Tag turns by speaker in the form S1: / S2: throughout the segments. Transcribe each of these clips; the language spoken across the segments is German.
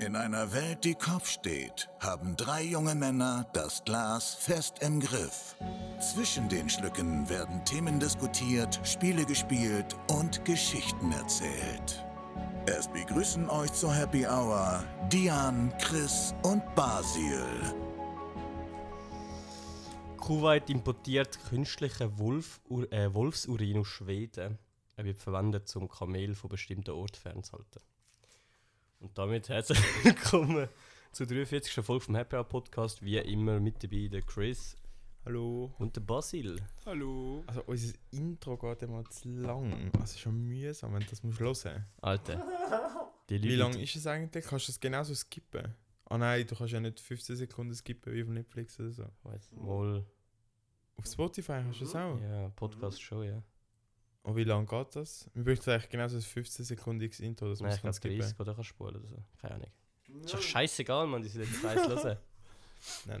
S1: In einer Welt, die Kopf steht, haben drei junge Männer das Glas fest im Griff. Zwischen den Schlücken werden Themen diskutiert, Spiele gespielt und Geschichten erzählt. Es begrüßen euch zur Happy Hour Dian, Chris und Basil.
S2: Kuwait importiert künstlichen Wolf, Ur- äh, Wolfsurin aus Schweden. Er wird verwendet, um Kamel von bestimmten Orten fernzuhalten. Und damit herzlich willkommen zur 43. Folge vom Happy Hour Podcast. Wie immer mit dabei der Chris
S3: Hallo.
S2: und der Basil.
S4: Hallo.
S3: Also unser Intro geht immer zu lang. Also schon mühsam, wenn du das musst hören.
S2: Alter. Die
S3: Wie
S2: Leute-
S3: lang ist es eigentlich? Kannst du das genauso skippen? Ah nein, du kannst ja nicht 15 Sekunden skippen wie auf Netflix oder so.
S2: Weiss Mal.
S3: Auf Spotify kannst du das auch.
S2: Mhm. Ja,
S3: Hm.
S2: Podcast schon, ja.
S3: Und wie lange geht das? Wir bräuchten eigentlich genauso ein 15-sekundiges Intro, das
S2: Nein,
S3: muss
S2: ich
S3: man
S2: glaube
S3: skippen.
S2: 30 oder kannst du spulen oder so. Keine Ahnung. Ist doch scheißegal, Mann, die sind jetzt scheiß hören.
S3: Nein,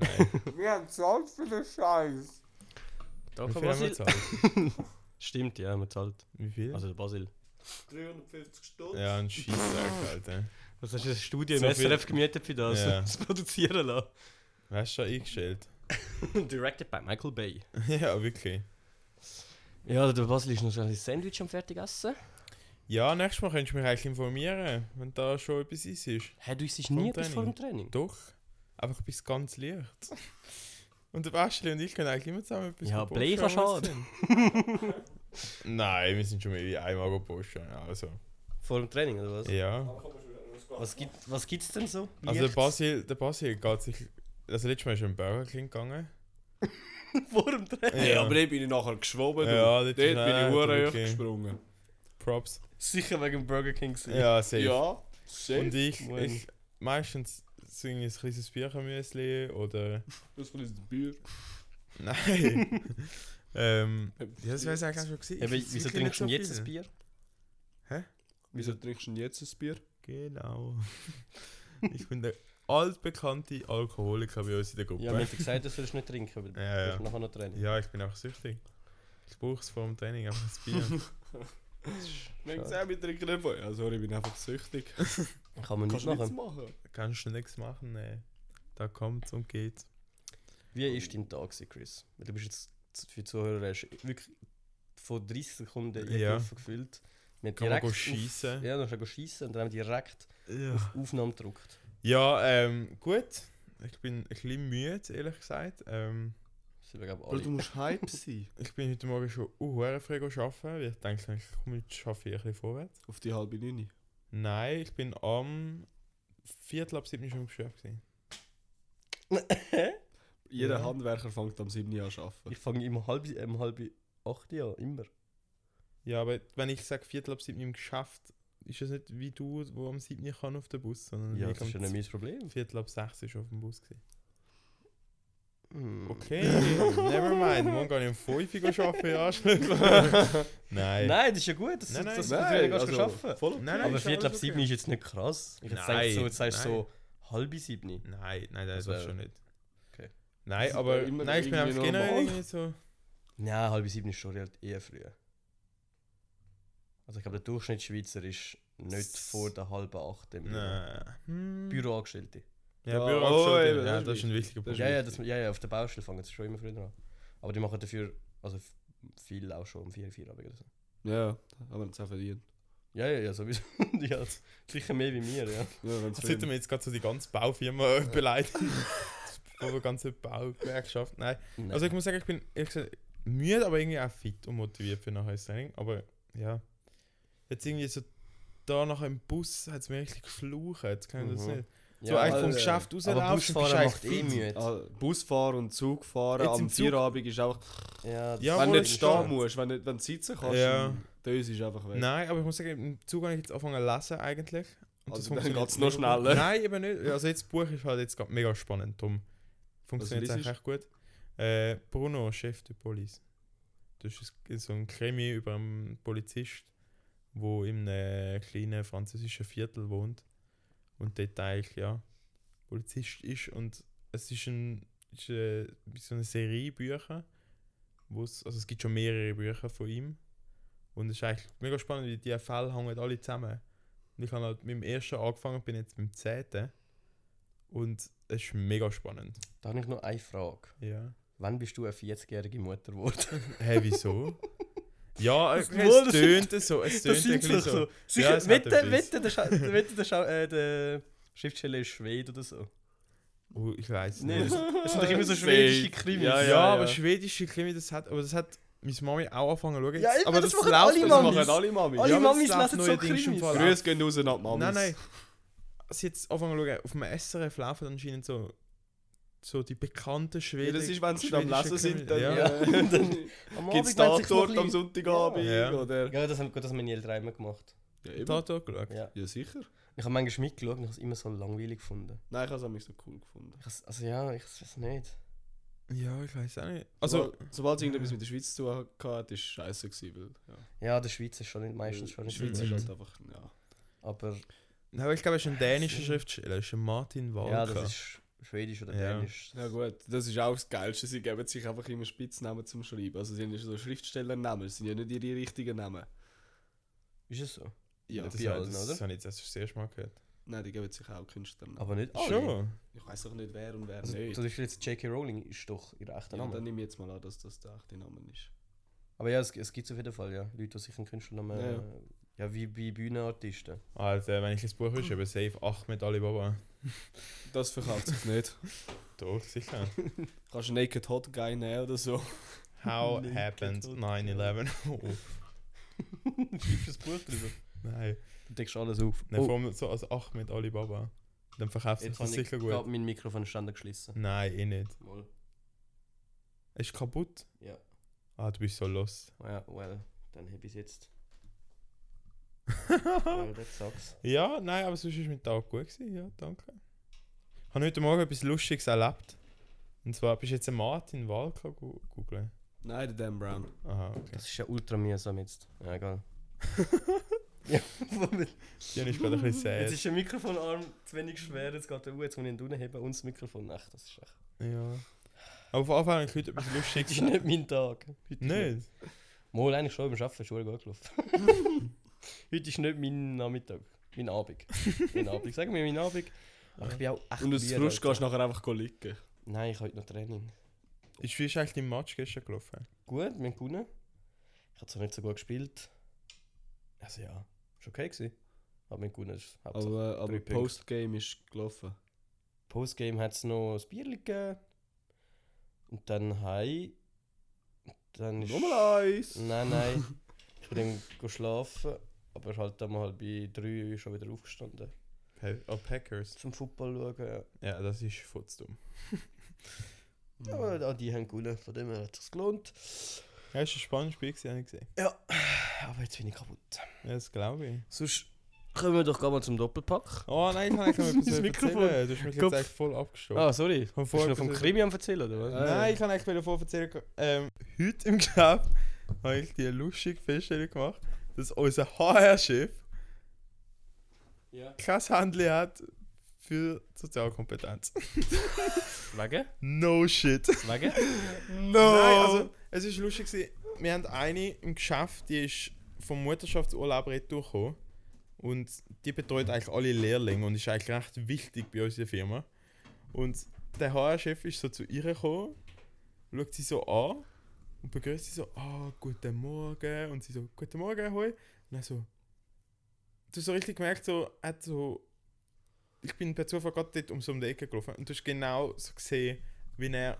S3: nein.
S4: Wir haben Zeit für den Scheiß.
S3: wie
S2: Doch,
S3: viel haben wir
S2: Basil.
S3: gezahlt?
S2: Stimmt, ja, man zahlt.
S3: Wie viel?
S2: Also der Basil.
S4: 350 Stunden.
S3: ja, ein Scheisssack, Alter.
S2: Was hast du das Studio im
S3: So viel-
S2: SRF gemietet für das?
S3: Ja.
S2: Das produzieren lassen.
S3: Weißt du schon eingestellt?
S2: Directed by Michael Bay.
S3: ja, wirklich.
S2: Ja, der Basil ist noch so ein Sandwich am fertig essen.
S3: Ja, nächstes Mal könntest du mich eigentlich informieren, wenn da schon etwas ist. ist.
S2: Hä, du isst
S3: Vom
S2: nie etwas vor dem Training?
S3: Doch, einfach bis ganz leicht. Und der Waschli und ich können eigentlich immer zusammen etwas
S2: Ja,
S3: go
S2: Blei
S3: Bosch
S2: kannst
S3: holen, was sind. Nein, wir sind schon mal wie einmal geboschen. Also,
S2: Vor dem Training, oder was?
S3: ja.
S2: Was, gibt, was gibt's denn so?
S3: Also der Basil, der Basil geht sich... Also letztes Mal ist er in den Burger King gegangen.
S2: vor dem Training?
S4: Hey, aber ich bin ich nachher geschwommen. du.
S3: Ja,
S4: dort
S3: dort
S4: bin
S3: ist-
S4: ich
S3: nein,
S4: hure
S3: okay.
S4: gesprungen.
S3: Props.
S2: Sicher wegen dem Burger King gewesen.
S3: Ja, safe.
S4: Ja,
S3: und
S4: safe.
S3: ich,
S2: Moin.
S3: ich meistens singe ein kleines Büchermüsli oder...
S4: Das war das Bier.
S3: Nein. ähm, ja, das weiß ich eigentlich auch schon gewesen.
S2: Eben,
S3: Ich-
S2: wieso
S3: ich kenne
S2: trinkst du denn
S3: nicht
S2: jetzt
S3: so
S2: ein
S3: viel.
S2: Bier?
S4: Wieso trinkst du denn jetzt ein Bier?
S3: Genau. ich bin der altbekannte Alkoholiker bei uns in der Gruppe.
S2: Ja,
S3: Ja,
S2: mir hat gesagt, du sollst nicht trinken, weil du
S3: Ja, ja.
S2: hast nachher noch Training.
S3: ich bin auch süchtig. Ich brauche es vor dem Training, einfach das Bier.
S4: Wir sehen, wir trinken nicht voll. Ja, sorry, ich bin einfach süchtig.
S2: Kann man nicht
S4: Kannst du nichts
S2: machen.
S4: machen?
S3: Kannst du nichts machen, ne. Da kommt's und geht's.
S2: Wie ist dein Tag, gewesen, Chris? Weil du bist jetzt z- für die Zuhörer hast du wirklich von 30 Sekunden
S3: Ja.
S2: ja. gefühlt. Wir haben
S3: Kann man
S2: direkt
S3: go
S2: auf-
S3: schiessen?
S2: Ja, dann hast du schießen und dann haben wir direkt
S3: Ja,
S2: auf Aufnahme gedrückt.
S3: ähm, gut. Ich bin ein bisschen müde, ehrlich gesagt. Ähm,
S2: Sind wir, glaub,
S4: Weil du
S2: alle.
S4: musst Hype sein.
S3: ich bin heute Morgen schon uh, früh arbeiten. Ich denke, ich komme jetzt schaffe ich ein bisschen vorwärts.
S4: Auf die halbe Neun.
S3: Nein, ich bin am Viertel ab sieben schon im Geschäft. Gewesen.
S4: Jeder
S3: Ja.
S4: Handwerker fängt am 7. Uhr an zu arbeiten.
S2: Ich fange immer halb, ähm, halb acht an, immer.
S3: Ja, aber wenn ich sage Viertel ab sieben im Geschäft, ist es nicht wie du, wo am siebten kann auf den Bus, sondern
S2: Ja,
S3: ich
S2: das ist ja
S3: am
S2: nicht mein Problem.
S3: Viertel ab sechs ist auf dem Bus gewesen.
S2: Hm.
S3: Okay, never mind. Morgen gehe ich um 5 Uhr arbeiten, ja, Arschlöcher. Nein.
S2: Nein, das ist ja gut, dass
S3: Nein,
S2: du
S3: nein.
S2: das früher gehst du
S4: also,
S2: arbeiten.
S4: voll okay.
S3: Nein, nein,
S2: Aber
S3: ist
S2: Viertel ab
S3: alles
S2: sieben
S3: okay.
S2: ist jetzt nicht krass. Ich hätte
S3: Nein,
S2: gesagt, so, jetzt sagst du
S3: nein.
S2: so halbe sieben.
S3: Nein, nein,
S2: Das
S3: das, das
S2: wär-
S3: schon nicht.
S2: Also, Okay.
S3: Nein,
S4: ist
S3: aber
S4: ja immer
S3: nein, ich bin
S4: irgendwie
S3: einfach generell
S4: normal.
S3: irgendwie so.
S2: Nein, halbe sieben ist schon relativ eher früh. Also ich glaube, der Durchschnittsschweizer ist nicht vor der halben acht im Büro.
S3: Nein. Hm.
S2: Büroangestellte.
S3: Ja,
S4: Ja,
S3: Büro
S4: oh,
S3: abgeschaltet,
S4: eben,
S3: ja,
S4: das ist
S3: das ist ein wichtiger Punkt.
S4: Das ist
S2: Ja, ja, das,
S4: richtig.
S2: ja, ja, auf der Baustelle fangen sie schon immer früher an. Aber die machen dafür, also f- viel auch schon um vier, vier Abend oder so.
S4: Ja, aber jetzt auch verdient.
S2: Ja, ja, ja, sowieso. ja, sicher mehr wie mir, ja.
S4: Ja, wenn's
S3: Jetzt hätten
S4: will.
S3: wir jetzt gerade so die ganze Baufirma beleidigt. Die ganze Baugewerkschaft. Nein.
S2: Nein.
S3: Also ich muss sagen, ich bin ehrlich gesagt müde, aber irgendwie auch fit und motiviert für nachher das Training. Aber ja, jetzt irgendwie so da nachher im Bus hat es mir richtig geflucht. Jetzt kann ich das
S2: Mhm.
S3: nicht. so eigentlich vom
S4: Alter.
S3: Geschäft
S2: aber
S3: rauslaufen und bist
S2: Busfahren
S3: eigentlich Also
S2: macht eh
S3: fit.
S2: müde.
S4: Ah, Busfahren und Zugfahren
S3: Jetzt
S4: am
S3: im Zug-
S4: Feierabend ist einfach...
S2: Ja, das
S3: Ja,
S4: wenn
S3: wo
S4: du
S3: das
S4: nicht stehen
S3: steht.
S4: musst, wenn du, wenn du sitzen kannst,
S3: Ja.
S4: dann dann ist es einfach weg.
S3: Nein, aber ich muss sagen, im Zug habe ich jetzt angefangen zu lesen eigentlich. Und
S4: Also dann
S3: funktioniert
S4: geht's noch
S3: mega gut.
S4: schneller.
S3: Nein, eben nicht. Also jetzt das Buch ist halt jetzt gerade mega spannend, darum funktioniert es
S4: liest
S3: eigentlich echt gut. Äh, Bruno, Chef de Police. Das ist ein- so ein Krimi über einen Polizist, der in einem kleinen französischen Viertel wohnt und dort eigentlich, ja, Polizist ist. Und es ist, ein, ist äh, wie so eine Serie Bücher, wo es, also es gibt schon mehrere Bücher von ihm. Und es ist eigentlich mega spannend, weil die Fälle hängen alle zusammen. Und ich habe halt mit dem ersten angefangen, bin jetzt mit dem zehnten. Und es ist mega spannend.
S2: Da habe ich noch eine Frage.
S3: Ja.
S2: Wann bist du eine 40-jährige Mutter geworden?
S3: Hä, wieso? ja,
S2: Das
S3: es
S2: Wohl,
S3: es
S2: das-
S3: tönt so, es tönt ein bisschen so. Ja,
S2: Sicher,
S3: es hat
S2: wette,
S3: etwas.
S2: wette, der, Scha wette, der, Scha äh, der Schriftsteller ist Schwede oder so.
S3: Oh, ich weiß
S2: Nein,
S3: nicht.
S2: das, das sind doch immer so
S4: Safe.
S2: schwedische Krimis.
S4: Ja,
S3: Ja,
S4: ja,
S3: aber
S4: ja.
S3: schwedische Krimi, das hat, aber das hat meine Mami auch angefangen zu schauen.
S2: Ja,
S3: jetzt.
S2: eben,
S3: aber
S2: das machen alle
S3: jetzt-
S4: Das
S2: Mamis.
S4: machen alle Mamis.
S2: Alle
S3: Ja, aber das
S2: Mamis
S3: läuft
S2: lassen so
S3: neuerdings schon
S2: Krimis.
S3: voll ab.
S4: Grüße gehen raus an die Mamis.
S3: Nein, nein. Sie jetzt angefangen zu schauen, auf dem SRF laufen anscheinend so, so die bekannten
S4: Ja,
S3: Schweden.
S4: das ist, wenn sie am Lesen sind, dann,
S3: Ja.
S2: Ja.
S4: äh, dann
S2: Am Abend,
S4: gibt es
S2: wenn sich's noch
S4: Tatort am
S2: liegt.
S4: Sonntagabend.
S3: Ja.
S4: Oder,
S2: Ja, das haben, gut, das haben meine Eltern immer gemacht.
S4: ja,
S3: Ja.
S4: eben.
S3: Tatort geschaut.
S2: Ja.
S4: ja, sicher.
S2: Ich habe manchmal mitgeschaut und ich habe es immer so langweilig gefunden.
S4: Nein, ich habe es auch nicht so cool gefunden.
S2: Ich has- also ja, ich weiß nicht.
S3: Ja, ich weiß auch nicht. Also,
S4: sobald, sobald es irgendetwas mit der Schweiz zu tun hatte, war es scheiße. Gewesen, weil, ja.
S2: Ja, der Schweiz ist schon nicht, meistens schon
S4: Die
S2: nicht
S4: Schweiz ist
S2: gut.
S4: halt einfach, ja.
S2: Aber
S3: nein, aber ich glaube, er ist ein dänischer Schriftsteller, er ist ein Martin Walker.
S2: ja, das ist schwedisch oder
S3: Oh, Ja.
S2: dänisch.
S4: Ja gut, das ist auch das Geilste, sie geben sich einfach immer Spitznamen zum Schreiben. Also sie haben ja so Schriftstellernamen, das sind ja nicht ihre richtigen Namen.
S2: Ist es so?
S4: Ja,
S3: das,
S2: bei
S3: habe-
S2: allen,
S3: das,
S2: oder?
S3: das habe ich jetzt erst das erste Mal gehört.
S4: nein, die geben sich auch Künstlernamen.
S2: Aber nicht alle.
S3: Schon.
S4: Ich weiß doch nicht, wer und wer
S2: Also,
S4: nicht.
S2: zum Beispiel jetzt J.K. Rowling ist doch ihr echter
S4: Ja, dann
S2: Name.
S4: nehme ich jetzt mal an, dass das der echte Name ist.
S2: Aber ja, es, es gibt es auf jeden Fall, ja. Leute, die sich einen Künstlernamen.
S4: Ja,
S2: Ja,
S4: ja.
S2: ja wie bei Bühnenartisten.
S3: Alter, Also, wenn ich ein Buch schreibe, safe Ahmed Alibaba.
S4: Das verkauft sich nicht.
S3: Doch, sicher.
S4: Kannst du Naked Hot Guy nehmen oder so?
S3: How
S2: Naked
S3: happened
S2: Hotel.
S3: 9-11? Oh,
S2: Schreibst du ein Buch drüber?
S3: nein.
S2: Du deckst alles auf.
S3: Nein, vor allem so als Ahmed Alibaba. Dann verkauft sich
S2: jetzt
S3: das
S2: habe ich
S3: sicher gut.
S2: gerade mein Mikrofon stand geschlossen.
S3: Nein, eh nicht.
S2: Mal.
S3: Es ist kaputt.
S2: Ja.
S3: Ah, du bist so lost.
S2: Ah Ja, well, dann habe ich es jetzt. Well, that sucks.
S3: ja, nein, aber sonst war mein Tag gut. Gewesen. Ja, danke. Ich habe heute Morgen etwas Lustiges erlebt. Und zwar bist du jetzt einen Martin Walker gu- googeln.
S4: Nein, der Dan Brown.
S3: Aha, okay.
S2: Das ist ja ultra mühsam jetzt. Ja, egal. ja, Moment.
S3: Ja, ich gerade ein bisschen
S2: jetzt
S3: sad.
S2: ist der Mikrofonarm zu wenig schwer, jetzt geht der Uhr, jetzt muss ich ihn unten heben und das Mikrofon. Ach, das ist echt.
S3: Ja. Aber vor allem habe ich heute etwas
S2: Das
S3: Lustiges
S2: ist nicht mein Tag. Heute
S3: Nicht?
S2: Mal eigentlich schon beim Arbeiten, ist schon gut gelaufen. Heute ist nicht mein Nachmittag, mein Abend. mein Abend, sagen wir mein Abend. Aber ich bin auch echt
S4: Und aus
S2: müde,
S4: Frust
S2: Alter.
S4: gehst du nachher einfach liegen.
S2: Nein, ich habe heute noch Training.
S3: Ist wie ist eigentlich dein Match gestern gelaufen?
S2: Gut, wir haben gewonnen. Ich habe zwar nicht so gut gespielt. Also ja, ist okay gewesen. Aber wir haben gewonnen, das ist Hauptsache.
S4: Aber, aber
S2: Punkte.
S4: Postgame ist gelaufen.
S2: Postgame hat es noch ein Bier gegeben. Und dann hei. Dann ist...
S4: Nochmal eins!
S3: Mm.
S2: Nein, nein. ich bin dann schlafen. Aber halt dann mal halb bei drei schon wieder aufgestanden.
S3: Pe oh, Packers.
S2: Zum Football schauen. Ja.
S3: Ja, das ist futzdumm.
S2: Ja, Aber auch die haben gewonnen, von dem her hat es gelohnt.
S3: Ja, es war ein spannendes Spiel, gewesen, habe ich gesehen.
S2: Ja, aber jetzt bin ich kaputt.
S3: Ja, das glaube ich.
S2: Sonst kommen wir doch gar mal zum Doppelpack.
S3: Oh nein, ich habe noch etwas
S2: Das Mikrofon.
S3: erzählen. Du hast mich
S2: Kopf.
S3: jetzt echt voll abgestoßen.
S2: Ah, sorry.
S3: Von
S2: Hast du noch vom
S3: vorher-
S2: Krimi am erzählen, oder was?
S3: Nein, ich kann eigentlich davon erzählen. Ähm, heute im Geschäft habe ich die lustige Feststellung gemacht, dass unser HR-Chef
S2: Ja.
S3: kein Handling hat für Sozialkompetenz.
S2: Wegen?
S3: No shit.
S2: Wegen?
S3: No! Nein, also, es ist lustig. Gewesen. Wir haben eine im Geschäft, die ist vom Mutterschaftsurlaub recht durchgekommen. Und die betreut eigentlich alle Lehrlinge und ist eigentlich recht wichtig bei unserer Firma. Und der HR-Chef ist so zu ihr gekommen, schaut sie so an und begrüßt sie so: Ah, guten Morgen. Und sie so: Guten Morgen, hoi. Und dann so: Du hast so richtig gemerkt, so, er hat so. Ich bin per Zufall gerade dort um so um die Ecke gelaufen und du hast genau so gesehen, wie er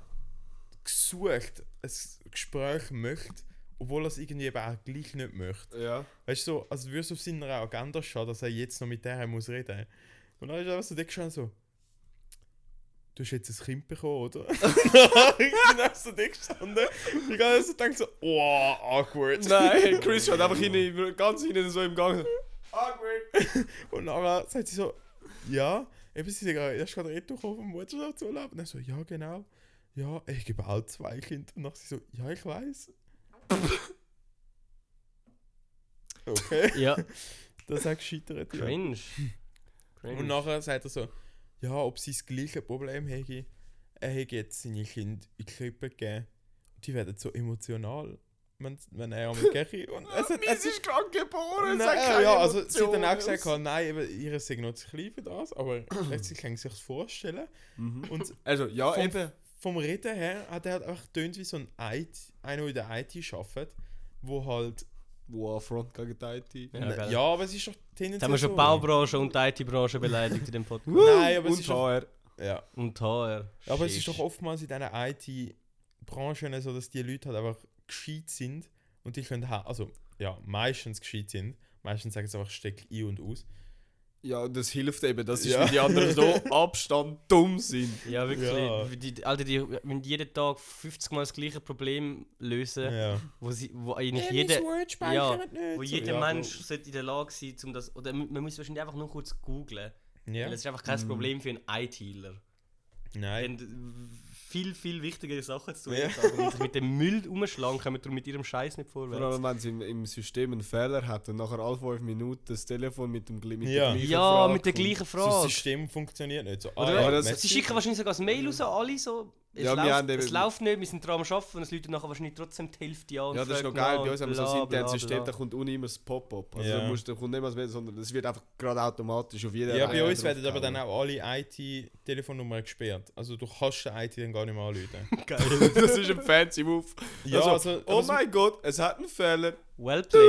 S3: gesucht ein Gespräch möchte, obwohl er es irgendwie eben auch gleich nicht möchte.
S4: Ja.
S3: Weißt du, so, als würde es auf seiner Agenda stehen, dass er jetzt noch mit der muss reden. Und dann ist er einfach so dick schon so. Du hast jetzt ein Kind bekommen, oder? Und dann bin ich einfach so dick gestanden. Und ich habe so gedacht, so, oh, awkward.
S4: Nein, Chris schaut einfach hinten, ganz hinten so im Gang. Awkward!
S3: Und Lara sagt sie so, ja, eben sie sind gerade erst gerade retourgekommen vom Mutterschaftsurlaub. Und dann so, ja, genau. Ja, ich gebe auch zwei Kinder. Und dann sie so, ja, ich weiß. okay,
S2: Ja.
S3: das hat gescheitert. Ja.
S2: Cringe.
S3: Und nachher sagt er so, ja, ob sie das gleiche Problem hätte. Er hätte jetzt seine Kinder in die Krippe gegeben. Die werden so emotional. wenn, wenn er mit Kirche und es hat, es ist
S4: gerade geboren,
S3: nein, ja, also sie hat dann auch gesagt, hat, nein, eben, ihr seid noch zu klein für das, aber sie können sich das vorstellen.
S2: Mhm.
S3: Und
S4: Also, ja,
S3: Vom-
S4: eben.
S3: vom Reden her hat er halt einfach tönt wie so ein IT, einer, der in der IT arbeitet, wo halt,
S4: Wow, Front gegen die IT.
S2: Ja,
S3: ja,
S2: gell.
S3: aber es ist doch
S2: Jetzt
S3: tendenziell
S2: haben wir schon die
S3: so.
S2: Baubranche und die IT-Branche beleidigt in dem Podcast.
S3: Nein, aber es
S4: Und
S3: ist doch,
S4: HR.
S3: ja.
S2: Und HR.
S3: Aber es ist
S2: Shit.
S3: doch oftmals in diesen IT-Branchen so, dass die Leute halt einfach gescheit sind und die können ha- also ja, meistens gescheit sind. Meistens sagen sie einfach steck ein und aus.
S4: Ja, das hilft eben, das ist,
S3: Ja.
S4: wie die anderen so Abstand dumm sind.
S2: Ja, wirklich.
S3: Ja.
S2: Wie Die, Alter, die müssen jeden Tag 50 Mal das gleiche Problem lösen,
S3: Ja.
S2: wo, sie, wo eigentlich jeder. Ja, wo jeder
S3: Ja,
S2: Mensch sollte in der Lage sein, um das. Oder man man muss wahrscheinlich einfach nur kurz googlen.
S3: Ja.
S2: Weil es ist einfach
S4: Mhm.
S2: kein Problem für einen ITler. Die
S3: Nein.
S2: haben viel, viel wichtigere Sachen zu tun.
S3: Ja.
S2: als Wenn sie mit dem Müll rumschlagen, kommen wir mit ihrem Scheiß nicht
S4: Vor
S2: vorwärts.
S4: allem, wenn sie im, im System einen Fehler hat und nachher alle fünf Minuten das Telefon mit, dem, gl- mit
S3: Ja.
S4: der gleichen
S2: Ja,
S4: Frage
S2: mit der
S4: kommt.
S2: gleichen
S3: So, Das
S2: Frage.
S3: System funktioniert nicht so. ah,
S4: Oder-
S3: ja,
S4: aber das-
S3: merci.
S2: Sie schicken wahrscheinlich sogar das Mail raus an alle so. Es,
S4: Ja, wir
S2: läuft,
S4: haben eben-
S2: es läuft nicht, wir sind dran am Arbeiten und es läutet nachher wahrscheinlich trotzdem die Hälfte an. und
S4: Ja, das ist noch
S2: fragt
S4: geil.
S2: nach
S4: Bei uns haben wir so
S2: und
S4: ein
S2: genau. bla,
S4: internes
S2: bla,
S4: System, da
S2: bla.
S4: kommt ohne immer das Pop-up. Also
S3: Ja.
S4: da, musst, da kommt nicht mal das Mail, sondern das wird einfach gerade automatisch auf jeder
S3: ja, bei
S4: Reihe
S3: uns werden aber dann
S4: draufgehauen.
S3: auch alle IT-Telefonnummern gesperrt. Also du kannst den IT dann gar nicht mehr anrufen.
S4: das ist ein fancy Move.
S3: ja,
S4: also,
S3: also,
S4: oh
S3: aber
S4: mein Gott, es hat einen Fehler.
S2: Well played.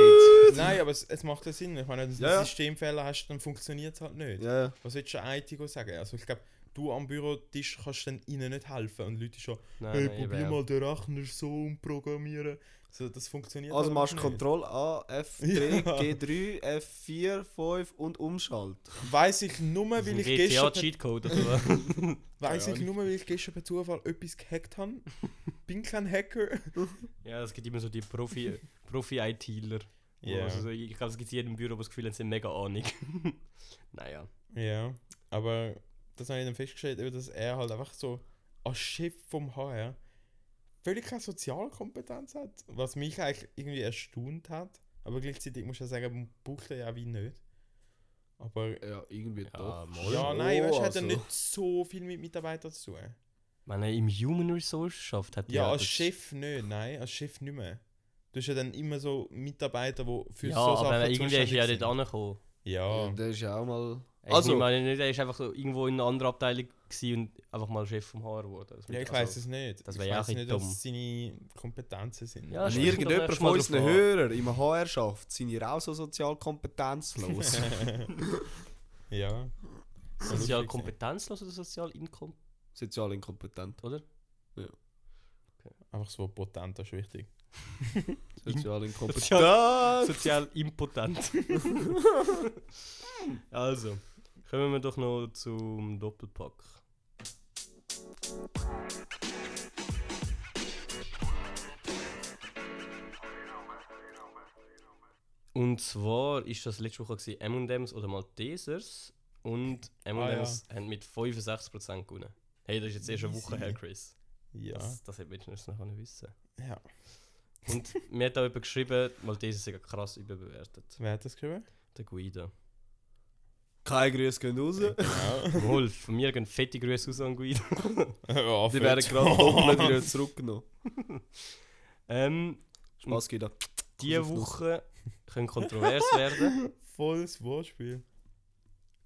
S3: es, nein, aber es, es macht ja Sinn. Ich meine, wenn du
S4: Ja, ja.
S3: einen Systemfehler hast, dann funktioniert es halt nicht.
S4: Ja.
S3: Was willst du der IT go sagen? Also ich glaube, du am Bürotisch kannst dann ihnen nicht helfen und Leute schon,
S2: Nein,
S3: hey,
S2: nein,
S3: probier
S2: eben,
S3: mal den Rechner so umprogrammieren. So, das funktioniert
S4: Also
S3: halt
S4: machst du
S3: nicht.
S4: Ctrl A, F3,
S3: Ja.
S4: G3, F4, 5 und Umschalt.
S3: Weiss ich nur,
S2: Das ist
S3: weil
S2: ein
S3: ich gestern, per,
S2: GTA-Cheatcode oder was?
S3: weiss ich nur, weil ich gestern per Zufall etwas gehackt habe. Bin kein Hacker.
S2: ja, es gibt immer so die Profi- Profi-ITler. Profi
S3: Ja.
S2: also so, ich glaube, es gibt in jedem Büro, was das Gefühl hat, sie haben mega Ahnung. naja.
S3: Ja, aber das habe ich dann festgestellt, eben, dass er halt einfach so als Chef vom HR völlig keine Sozialkompetenz hat, was mich eigentlich irgendwie erstaunt hat. Aber gleichzeitig muss ich ja sagen, braucht er ja wie nicht. Aber
S4: Ja, irgendwie
S2: Ja, mal. Oh,
S3: ja, nein, weißt, du, hat ja
S4: also.
S3: nicht so viel mit Mitarbeitern zu tun.
S2: Wenn er im Human Resource schafft, hat
S3: Ja,
S2: er
S3: als
S2: das-
S3: Chef nicht, nein, als Chef nicht mehr. Du hast ja dann immer so Mitarbeiter, die für
S2: Ja,
S3: so Sachen
S2: aber irgendwie ist er ja
S3: zuständig
S2: dort angekommen.
S3: sind.
S4: also. Ja,
S3: Ja,
S4: der ist ja auch mal.
S2: Also,
S4: Also-
S2: ich meine nicht, er ist einfach so irgendwo in einer anderen Abteilung gewesen und einfach mal Chef vom HR wurde. Das
S3: ja
S2: mit-
S3: ich weiß
S2: also-
S3: es nicht.
S2: das
S3: ich
S2: wär ja auch
S3: weiss
S2: ein
S3: nicht,
S2: bisschen
S3: was seine Kompetenzen sind.
S2: Ja,
S4: Wenn
S2: stimmt,
S4: irgendjemand
S2: aber
S4: von
S2: erst mal
S4: unseren
S2: drauf an.
S4: Hörern im HR schafft, sind ihr auch so sozial kompetenzlos.
S3: ja.
S2: Sozial kompetenzlos oder sozial inkompetent,
S4: sozial inkompetent.
S2: oder?
S3: Einfach so potent, das ist wichtig.
S4: Sozial inkompetent.
S2: Sozial, sozial impotent. also, kommen wir doch noch zum Doppelpack. Und zwar ist das letzte Woche gewesen M&M's oder Maltesers und M&M's haben mit 65% gewonnen. Hey, das ist jetzt erst eine Woche
S3: Easy.
S2: her, Chris.
S3: Ja.
S2: Das, das hätte man jetzt noch wissen können.
S3: ja.
S2: Und mir hat auch jemand geschrieben, Malteser sind krass überbewertet.
S3: Wer hat das geschrieben?
S2: Der Guido.
S4: Keine Grüße gehen raus.
S2: Äh,
S3: Genau.
S2: Wohl, von mir gehen fette Grüße aus an Guido.
S3: Ja,
S4: Die werden
S3: fett.
S4: gerade doppelt wieder zurückgenommen.
S2: Ähm,
S4: Spaß geht ab.
S2: diese
S4: auf die Nuss.
S2: Woche können kontrovers werden.
S3: Volles Wortspiel.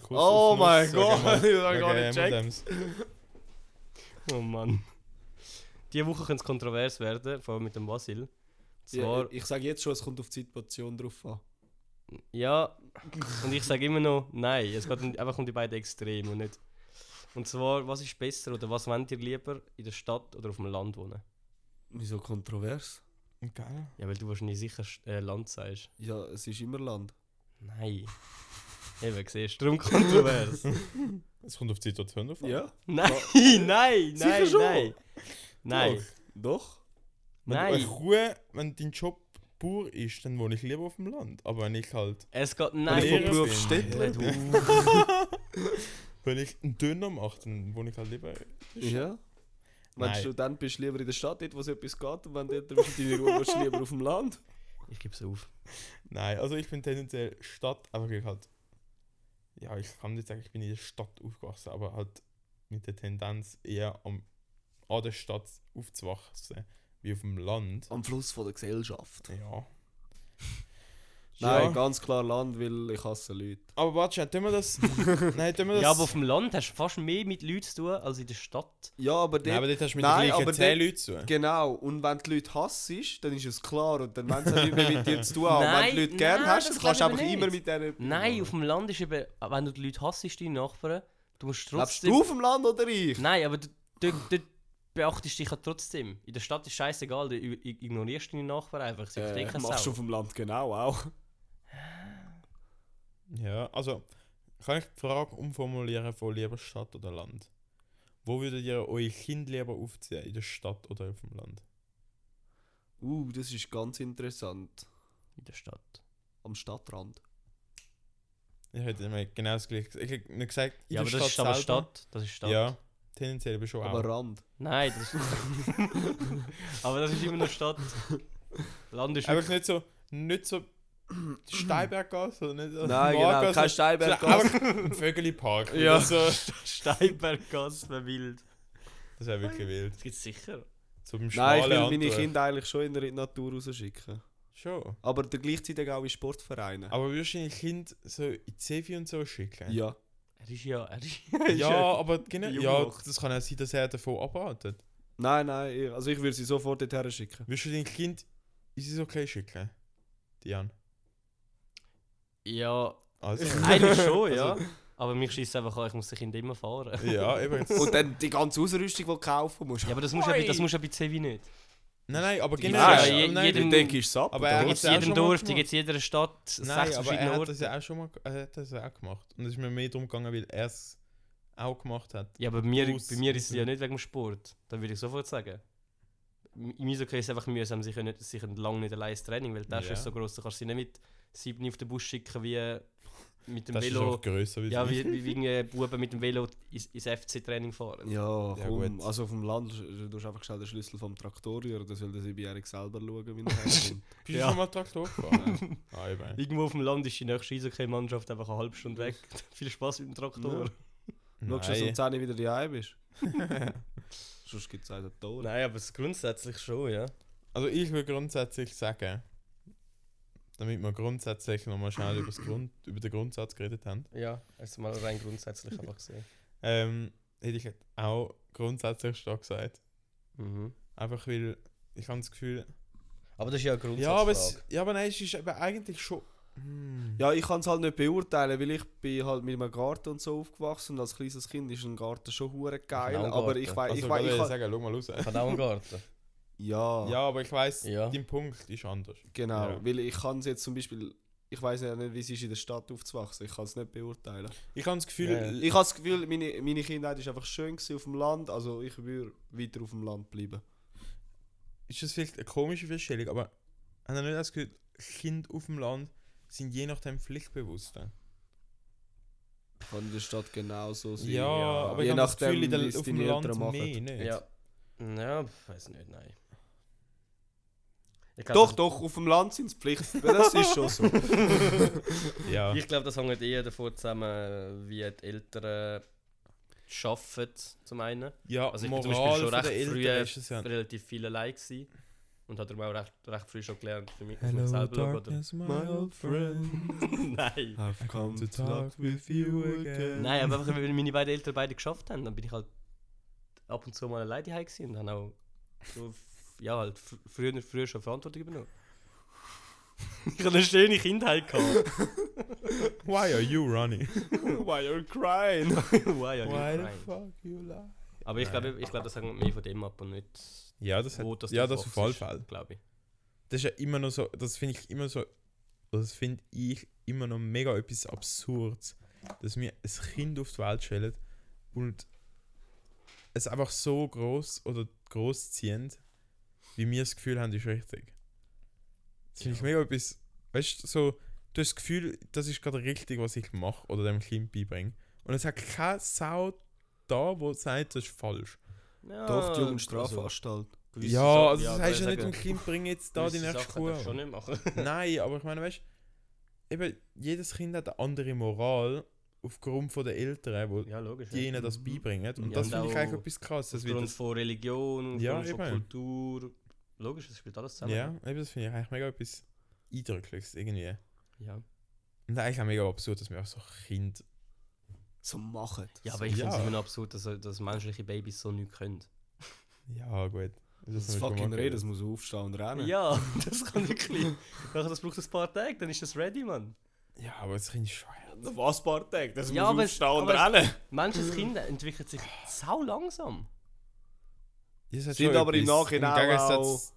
S3: Kuss
S4: Oh
S3: auf Nuss,
S4: mein
S3: sag
S4: Gott,
S3: mal.
S4: ich hab gar
S3: Okay,
S4: nicht gecheckt.
S3: M&Ms.
S2: Oh Mann. Diese Woche können es kontrovers werden, vor allem mit dem Basil. Und
S4: Ja, äh,
S2: Zwar,
S4: ich sage jetzt schon, es kommt auf die Situation drauf an.
S2: ja, und ich sage immer noch, nein, es geht um, einfach um die beiden Extreme und nicht. Und zwar, was ist besser oder was wollt ihr lieber in der Stadt oder auf dem Land wohnen?
S4: Wieso kontrovers?
S3: Geil.
S2: Ja, weil du wahrscheinlich sicher äh, Land sagst.
S4: Ja, es ist immer Land.
S2: Nein. Eben, siehst du, darum kontrovers.
S3: Es kommt auf die Situation drauf an.
S4: Ja,
S2: Nein, nein,
S4: Sicher
S2: nein,
S4: schon.
S2: nein. Nein,
S4: doch.
S3: Wenn du eine
S2: nein.
S3: Kuh, wenn dein Job Bauer ist, dann wohne ich lieber auf dem Land. Aber wenn ich halt,
S2: Es geht,
S4: Wenn ich vom
S2: nein.
S3: Lehrer
S4: Beruf
S3: bin.
S4: Städtler
S2: Du-
S4: bin.
S3: wenn ich einen Döner mache, dann wohne ich halt lieber.
S4: Ja. Wenn
S3: Nein.
S4: du Student bist, lieber in der Stadt, dort, wo es etwas geht, und wenn du dort auf deine Ruhe bist, lieber auf dem Land.
S2: Ich gebe es auf.
S3: Nein, also ich bin tendenziell Stadt, aber ich halt. Ja, ich kann nicht sagen, ich bin in der Stadt aufgewachsen, aber halt mit der Tendenz eher am, an der Stadt aufzuwachsen, wie auf dem Land.
S4: Am Fluss von der Gesellschaft.
S3: Ja.
S4: Nein,
S3: Ja.
S4: ganz klar Land, weil ich hasse Leute.
S3: Aber warte, schnell, tun wir das. Nein, tun wir das.
S2: Ja, aber auf dem Land hast du fast mehr mit Leuten zu tun als in der Stadt.
S4: Ja, aber dort,
S3: Nein, aber dort hast du mit
S4: Nein,
S3: den
S4: aber
S3: gleichen
S4: dort-
S3: 10 Leuten zu.
S4: genau, und wenn du Leute hassest, dann ist es klar und dann wollen sie auch nicht mehr mit dir zu tun haben.
S2: Nein,
S4: wenn du Leute gern
S2: nein,
S4: hast,
S2: das
S4: dann kannst du
S2: glaube
S4: einfach
S2: ich nicht.
S4: immer mit denen...
S2: Nein, auf dem Land ist eben, wenn du die Leute hassest, deine Nachbarn, du musst
S4: Lebst
S2: trotzdem.
S4: du auf dem Land oder ich?
S2: Nein, aber du, du, du beachtest dich ja trotzdem. In der Stadt ist scheißegal, du i- i- ignorierst deine Nachbarn einfach. Sie
S4: Äh,
S2: verstecken
S4: machst
S2: es
S4: du
S2: auch.
S4: auf dem Land genau auch.
S3: Ja, also, kann ich die Frage umformulieren von lieber Stadt oder Land? Wo würdet ihr euer Kind lieber aufziehen? In der Stadt oder auf dem Land?
S4: Uh, das ist ganz interessant.
S2: In der Stadt.
S4: Am Stadtrand.
S3: Ich hätte immer genau das gleiche gesagt. Ich hätte nicht gesagt, in
S2: Ja,
S3: der
S2: aber das ist
S3: Stadt
S2: aber
S3: selber.
S2: Stadt. Das ist Stadt.
S3: Ja, tendenziell aber schon
S4: Aber
S3: auch.
S4: Rand.
S2: Nein, das aber das ist immer noch Stadt. Land ist
S3: Einfach nicht so, nicht so die Steinberggasse, sondern nicht so
S4: Nein, genau, kein Steinberggasse.
S3: Vögelipark.
S2: Ja.
S3: Das, äh,
S2: Steinberggasse verwildt.
S3: das wäre wirklich wild.
S2: Das gibt's sicher.
S3: So beim
S4: Nein, ich
S3: schmalen
S4: will meine
S3: Antwerp.
S4: Kinder eigentlich schon in der Natur rausschicken.
S3: Schon.
S4: Aber der gleichzeitig auch in Sportvereine.
S3: Aber würdest du dein Kind so in Zevi und so schicken?
S4: Ja.
S2: Er ist ja. Er ist,
S3: Ja, aber genau,
S2: Jung
S3: ja,
S2: macht.
S3: das kann auch sein, dass er davon abratet.
S4: Nein, nein, ich, also ich würde sie sofort dorthin schicken.
S3: Würdest du dein Kind ins okay schicken? Dian.
S2: ja,
S3: Also.
S2: eigentlich schon, ja. aber mich schießt einfach an, ich muss das Kind immer fahren.
S3: ja, übrigens. nein,
S4: Und dann die ganze Ausrüstung, die du kaufen musst.
S2: Ja, aber das muss ja bei, das muss ja bei CV nicht.
S3: nein, aber
S2: gibt's
S3: genau.
S2: ja
S3: ja,
S2: je-
S3: nein,
S2: jedem-
S4: ich denke, ist es ab.
S3: Aber
S4: oder?
S3: er
S2: Die
S3: hat
S2: gibt es
S3: es auch
S2: in jedem
S3: schon mal
S2: Dorf, die
S3: gemacht.
S2: gibt es in jeder Stadt,
S3: nein
S2: sechs
S3: aber er
S2: verschiedene
S3: hat
S2: Orte.
S3: das ja auch schon mal er hat das ja auch gemacht. Und es ist mir mehr darum gegangen, weil er es auch gemacht hat.
S2: Ja, aber bei mir,
S3: Aus-
S2: bei mir ist es ja nicht wegen dem Sport. Dann würde ich sofort sagen. Im Eishockey ist es einfach mühsam, sie können, sie können lange nicht allein ins Training, weil der
S3: Ja.
S2: Tasche ist so groß, du kannst sie nicht mit sieben auf den Bus schicken wie mit dem
S3: Das ist
S2: Velo.
S3: auch grösser wie
S2: Ja,
S3: sie.
S2: wie, wie, wie irgendein Buben mit dem Velo ins, ins FC-Training fahren.
S4: Ja,
S3: Ja,
S4: komm,
S3: gut.
S4: also auf dem Land sch- du hast einfach schnell den Schlüssel vom Traktor rühren, oder soll der Siebenjährige selber schauen, wie er herkommt.
S3: Bist
S2: Ja.
S3: du schon mal Traktor gefahren? ah, eben.
S2: Irgendwo auf dem Land ist die nächste Eishockey-Mannschaft einfach eine halbe Stunde weg. Viel Spaß mit dem Traktor.
S4: Schaust du, dass du um
S3: Nein.
S4: 10 Uhr wieder daheim bist? Sonst gibt es einen Tod.
S2: Nein, aber es grundsätzlich schon, ja.
S3: Also ich würde grundsätzlich sagen, damit wir grundsätzlich nochmal schnell übers Grund, über den Grundsatz geredet haben,
S2: Ja, erstmal rein grundsätzlich einfach gesehen.
S3: ähm, hätte ich auch grundsätzlich stark gesagt.
S2: Mhm.
S3: Einfach weil ich habe das Gefühl.
S2: Aber das ist ja eine Grundsatzfrage.
S3: Ja, aber, es, ja, aber nein, es ist aber eigentlich schon. Hm.
S4: Ja, ich kann es halt nicht beurteilen, weil ich bin halt mit einem Garten und so aufgewachsen und als kleines Kind ist ein Garten schon hure geil,
S2: Genau,
S4: aber
S2: Garten.
S4: ich weiß,
S3: Also,
S4: ich
S3: ich
S4: weiß, ich
S3: würde
S4: kann,
S3: sagen, schau mal raus.
S2: Kann auch einen Garten.
S4: ja,
S3: Ja, aber ich weiss,
S2: Ja.
S3: dein Punkt ist anders.
S4: genau,
S3: Ja.
S4: weil ich kann es jetzt zum Beispiel, ich weiß ja nicht, wie es ist in der Stadt aufzuwachsen, ich kann es nicht beurteilen.
S3: Ich habe das Gefühl,
S2: Ja, ja.
S4: Ich habe das Gefühl, meine, meine Kindheit ist einfach schön gewesen auf dem Land, also ich würde weiter auf dem Land bleiben.
S3: ist das vielleicht eine komische Feststellung, aber haben wir nicht das Gefühl, Kinder auf dem Land sind je nachdem pflichtbewusster?
S4: Kann in der Stadt genau genauso sein.
S3: Ja,
S4: Je
S3: aber ich habe das
S4: nachdem,
S3: Gefühl, in
S4: wie es
S3: der, auf dem
S4: deine
S3: Land
S4: Eltern
S3: mehr
S4: machen.
S3: nicht.
S2: Ja. Ja, weiß nicht, nein. Ich glaub,
S4: Doch,
S2: das-
S4: doch, auf dem Land sind es Pflichten, das ist schon so.
S3: Ja.
S2: Ich glaube, das hängt eher davor zusammen, wie die Eltern arbeiten, zum einen.
S3: ja,
S2: Also ich bin
S3: Moral
S2: zum Beispiel schon recht
S3: von den Eltern
S2: früh
S3: ist es ja...
S2: relativ viel allein gewesen. Und hat darum auch recht, recht früh schon gelernt, für mich, für mich selber schauen, oder?
S4: my old
S3: friend.
S2: Nein.
S4: I've come
S3: to talk with you again.
S2: Nein, aber einfach, weil meine beiden Eltern beide geschafft haben, dann bin ich halt ab und zu mal alleine daheim gewesen und habe auch so, f- ja, halt fr früher, früher schon Verantwortung übernommen. ich hatte eine schöne Kindheit gehabt.
S3: Why are you running?
S4: Why are you crying?
S2: Why are you
S3: Why the
S2: crying?
S3: fuck you lie?
S2: Aber ich glaube, ich glaube, das hängt mehr von dem ab und nicht,
S3: Ja, das, hat,
S2: wo das
S3: ja,
S2: du
S3: das auf jeden
S2: aufwachst,
S3: Fall.
S2: Glaube ich.
S3: Das ist ja immer noch so, das finde ich immer so, das finde ich immer noch mega etwas Absurdes, dass wir ein Kind auf die Welt stellen und es einfach so groß oder großziehend, wie wir das Gefühl haben, ist richtig. Das finde ich mega etwas, weißt du, so, du hast das Gefühl, das ist gerade richtig, was ich mache oder dem Kind beibringe. Und es hat keine Sau da, wo sagt, das ist falsch.
S2: Ja,
S4: Doch, die
S2: also
S4: Jugendstrafanstalt.
S2: gewisse
S3: ja,
S2: Sachen-
S3: also das
S2: aber
S3: heißt
S2: ich
S3: ja nicht,
S2: sage,
S3: dem Kind bringe jetzt da die
S2: gewisse
S3: nächste
S2: Sachen darfst du
S3: Schuhe.
S2: schon nicht machen.
S3: Nein, aber ich meine, weißt eben jedes Kind hat eine andere Moral aufgrund von der Eltern, wo
S2: ja, logisch.
S3: die
S2: ja.
S3: ihnen das beibringen. Und
S2: Ja,
S3: das
S2: und
S3: finde ich
S2: auch
S3: eigentlich etwas krass. Das wird
S2: Aufgrund
S3: das,
S2: von Religion,
S3: Ja,
S2: aufgrund von
S3: eben.
S2: Kultur, logisch, es spielt alles zusammen.
S3: Ja, eben, das finde ich eigentlich mega etwas Eindrückliches irgendwie.
S2: Ja,
S3: Und eigentlich auch mega absurd, dass wir auch so Kind
S4: So machen.
S2: ja aber ich
S3: Ja.
S2: finde es immer noch absurd, dass, dass menschliche Babys so nichts können.
S3: Ja, gut.
S4: Das,
S3: haben wir schon
S4: fucking
S3: mal
S4: Reh,
S3: geredet.
S4: das muss aufstehen und rennen.
S2: Ja, das kann wirklich. Nachher, das braucht ein paar Tage, dann ist das ready, Mann.
S3: Ja, aber das Kind ist schon.
S4: Was paar Tage? Das
S2: Ja, aber
S4: muss
S2: es-
S4: aufstehen und
S2: aber es-
S4: rennen.
S2: Manches Kind entwickelt sich sau langsam.
S3: Das hat
S4: Sind
S3: schon
S4: aber im
S3: etwas.
S4: Nachhinein
S3: Gegensatz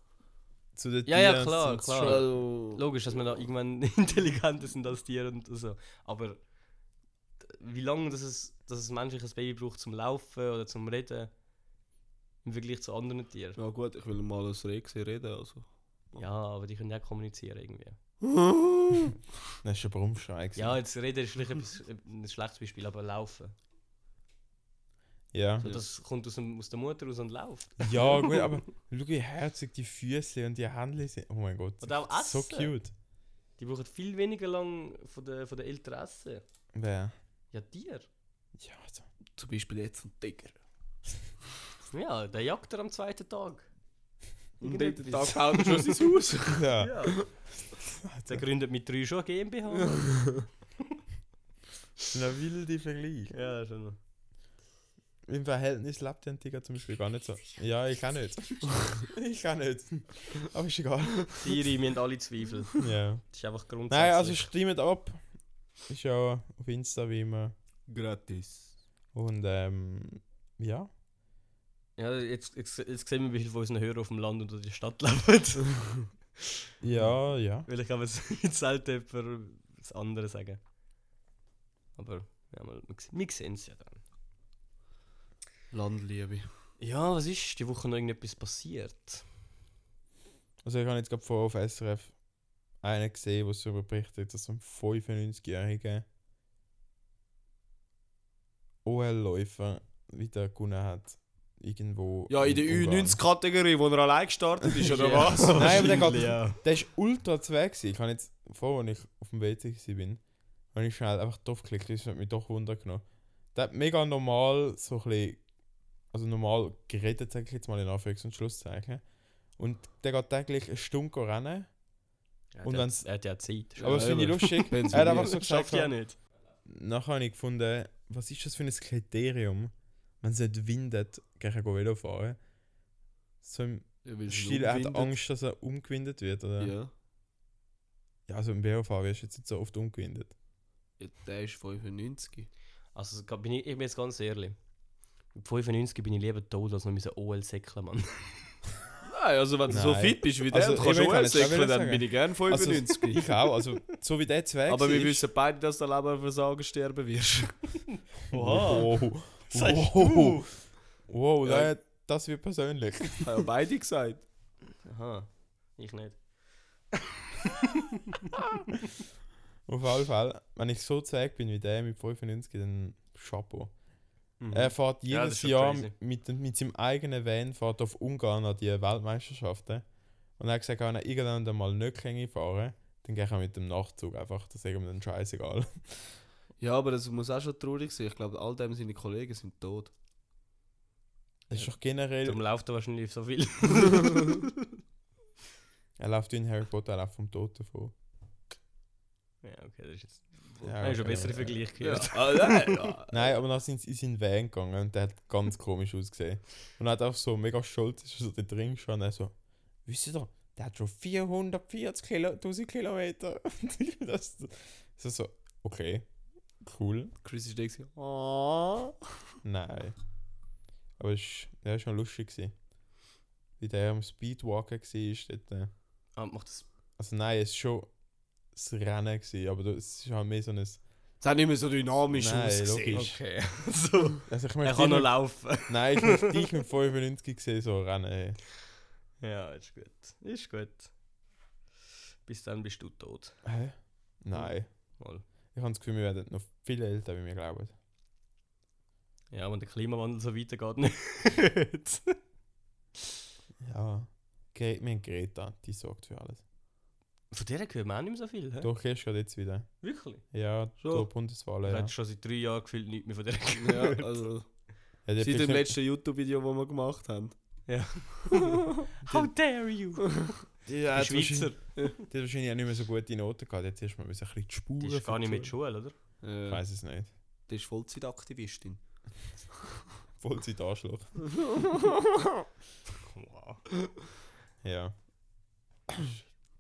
S3: zu den
S2: Ja, ja,
S3: Tieren
S2: klar,
S3: sind es
S2: klar.
S3: schon-
S2: Logisch, dass wir da irgendwann intelligenter sind als Tiere und so. Aber d- wie lange das es, dass es menschliches Baby braucht zum Laufen oder zum Reden im Vergleich zu anderen Tieren.
S4: Ja gut, ich will mal als Reh sehen reden, also.
S2: Ja, aber die können ja auch kommunizieren irgendwie.
S3: Das ist ein Brummschrei. gewesen.
S2: Ja, jetzt reden ist vielleicht etwas, ein schlechtes Beispiel, aber laufen.
S3: ja.
S2: So, das kommt aus, dem, aus der Mutter raus und läuft.
S3: ja, gut, aber schau, wie herzig die Füße und die Hände sind. Oh mein Gott.
S2: Und auch
S3: So
S2: Essen.
S3: cute.
S2: Die brauchen viel weniger lang von den von der Eltern essen.
S3: Wer?
S2: Ja, Tier.
S3: Ja, also.
S4: Zum Beispiel jetzt ein Tiger.
S2: Ja, der jagt er am zweiten Tag.
S4: Und
S2: Irgendetwas.
S4: den Tag haut er schon sein Haus.
S3: Ja.
S2: Ja. Der gründet mit drei schon eine GmbH.
S3: Na, wilde Vergleich.
S2: Ja, schon.
S3: Im Verhältnis lebt der Tiger zum Beispiel gar nicht so. Ja, ich kann nicht. ich kann nicht. Aber ist egal.
S2: Siri, wir haben alle Zweifel.
S3: Ja.
S2: Das ist einfach grundsätzlich.
S3: Nein, also stimmt ab. Ist ja auf Insta wie immer.
S4: Gratis.
S3: Und ähm, ja.
S2: ja, jetzt, jetzt, jetzt sehen wir, wie viele von unseren Hörern auf dem Land oder in der Stadt leben.
S3: Ja, ja.
S2: Weil ich aber selten jemand das andere sagen. Aber ja, mal, wir, se- wir sehen es ja dann.
S4: Landliebe.
S2: Ja, was ist? Die Woche noch irgendetwas passiert?
S3: Also ich habe jetzt gerade vor auf SRF einen gesehen, der darüber berichtet, dass ein 95-jähriger OL-Läufer wieder gewonnen hat. Irgendwo.
S4: Ja, in der
S3: Ungarn.
S4: Ü90-Kategorie, wo er allein gestartet ist, oder
S2: Ja.
S4: was?
S3: Nein, aber der
S2: Wahrscheinlich,
S3: geht-
S2: ja.
S3: Der ist ultra zweig. gewesen. Ich habe jetzt, vor als ich auf dem WC gewesen bin, habe ich schnell einfach draufgeklickt, das hat mich doch wundergenommen. Der hat mega normal so ein bisschen, also normal geredet, sage ich jetzt mal in Anführungs- und Schlusszeichen. Und der geht täglich eine Stunde rennen.
S2: Ja,
S3: Und
S2: der-
S3: wenn's-
S2: Er hat ja Zeit.
S4: Ja,
S3: Aber das finde ich
S4: eben.
S3: lustig.
S4: Wenn's
S3: er hat
S4: mir-
S3: einfach so
S2: Das schafft
S3: gesagt,
S2: ja nicht.
S3: nachher habe ich gefunden, was ist das für ein Kriterium, wenn es nicht windet, gegen Velo fahren? So im
S4: Ja, weil sie
S3: Stil, er hat
S4: umwindet.
S3: Angst, dass er umgewindet wird, oder? Ja,
S4: Ja.
S3: also im Velofahren wirst du jetzt nicht so oft umgewindet.
S4: ja. Der ist 95.
S2: Also es- bin ich, ich bin jetzt ganz ehrlich. Mit 95 bin ich lieber tot, als noch mit einem OL säckeln, Mann.
S4: Nein, also wenn du so
S3: Nein.
S4: fit bist wie der
S3: Also,
S4: und kannst
S3: eben, ich
S4: du
S3: kann
S4: auch
S3: jetzt auch
S4: säckeln,
S3: wieder
S4: dann bin
S3: sagen. Also,
S4: ich gern 95.
S3: Ich auch, also so wie der Zweig.
S4: aber wir
S3: ist-
S4: wissen beide, dass du an Leberversagen sterben wirst.
S3: Wow.
S2: sagst
S3: Wow, wow
S4: uh. Ja.
S3: der- das wird persönlich.
S4: Haben ja beide gesagt.
S2: Aha, ich nicht.
S3: Auf jeden Fall, wenn ich so zweig bin wie der mit 95, dann Chapeau.
S2: Mhm.
S3: Er fährt
S2: Ja, das
S3: jedes
S2: ist schon
S3: Jahr
S2: crazy.
S3: mit, mit seinem eigenen Van fährt auf Ungarn an die Weltmeisterschaften. Und er hat gesagt, wenn er irgendwann mal nicht kann fahren dann gehe ich auch mit dem Nachtzug einfach. Das ist ihm dann scheißegal.
S4: Ja, aber das muss auch schon traurig sein. Ich glaube, all dem seine Kollegen sind tot.
S3: Das ist doch generell.
S2: Darum läuft er wahrscheinlich so viel.
S3: Er läuft wie in Harry Potter, er läuft vom Tod davon.
S2: ja, okay, das ist jetzt.
S3: Ja,
S2: Ja, ist ein
S3: okay.
S2: besserer Vergleich gehört.
S4: Ah, nein, ja.
S3: Nein, aber dann sind sie in seinen Van gegangen und der hat ganz komisch ausgesehen. Und er hat auch so mega stolz, ist so da drin gestanden, er so, wisst ihr doch, der hat schon 440 Kilo, 1000 Kilometer. Und ich das, das ist so, okay, cool,
S4: Chris ist da gewesen. Ah.
S3: nein. Aber es ist, ja, ist schon lustig gewesen. Wie der am Speedwalken war, ist dort, äh,
S2: Ah, macht das.
S3: also nein, es ist schon das Rennen gewesen, aber da- es ist halt mehr so ein,
S4: Das hat nicht mehr so dynamisch
S3: Nein,
S4: ausgesehen.
S3: logisch.
S2: Okay. so.
S3: also ich
S2: Er
S3: möchte
S2: kann
S3: dich
S2: noch
S3: mit,
S2: laufen.
S3: nein, ich möchte dich mit 95 gesehen so rennen, ey.
S2: Ja, ist gut. Ist gut. Bis dann bist du tot.
S3: Hä? Nein.
S2: Mal.
S3: Ich habe das Gefühl, wir werden noch viel älter, wie wir glauben.
S2: Ja, wenn der Klimawandel so weitergeht, nicht.
S3: Ja. Gre wir haben Greta, die sorgt für alles.
S2: Von der hört man auch nicht mehr so viel, hä?
S3: Doch, erst gerade jetzt wieder.
S2: Wirklich?
S3: Ja,
S4: Schon?
S3: so Bundeswahlen.
S2: Ich
S3: Ja.
S2: habe schon seit drei Jahren gefühlt nichts mehr von der
S4: Ja, also,
S3: Ja, die
S4: seit
S3: bestimmt-
S4: dem letzten YouTube-Video, das wir gemacht haben.
S2: Ja. How dare you?
S3: Die hat,
S2: Die Schweizer.
S3: wahrscheinlich, die hat wahrscheinlich auch nicht mehr so gute Noten gehabt. Jetzt erstmal müssen ein bisschen die Spuren.
S2: Die ist gar nicht mit
S3: versuchen.
S2: Schule, oder?
S3: Ich
S4: Äh,
S3: weiß es nicht.
S4: die ist Vollzeitaktivistin.
S3: Vollzeit Arschloch.
S2: Wow.
S3: Ja.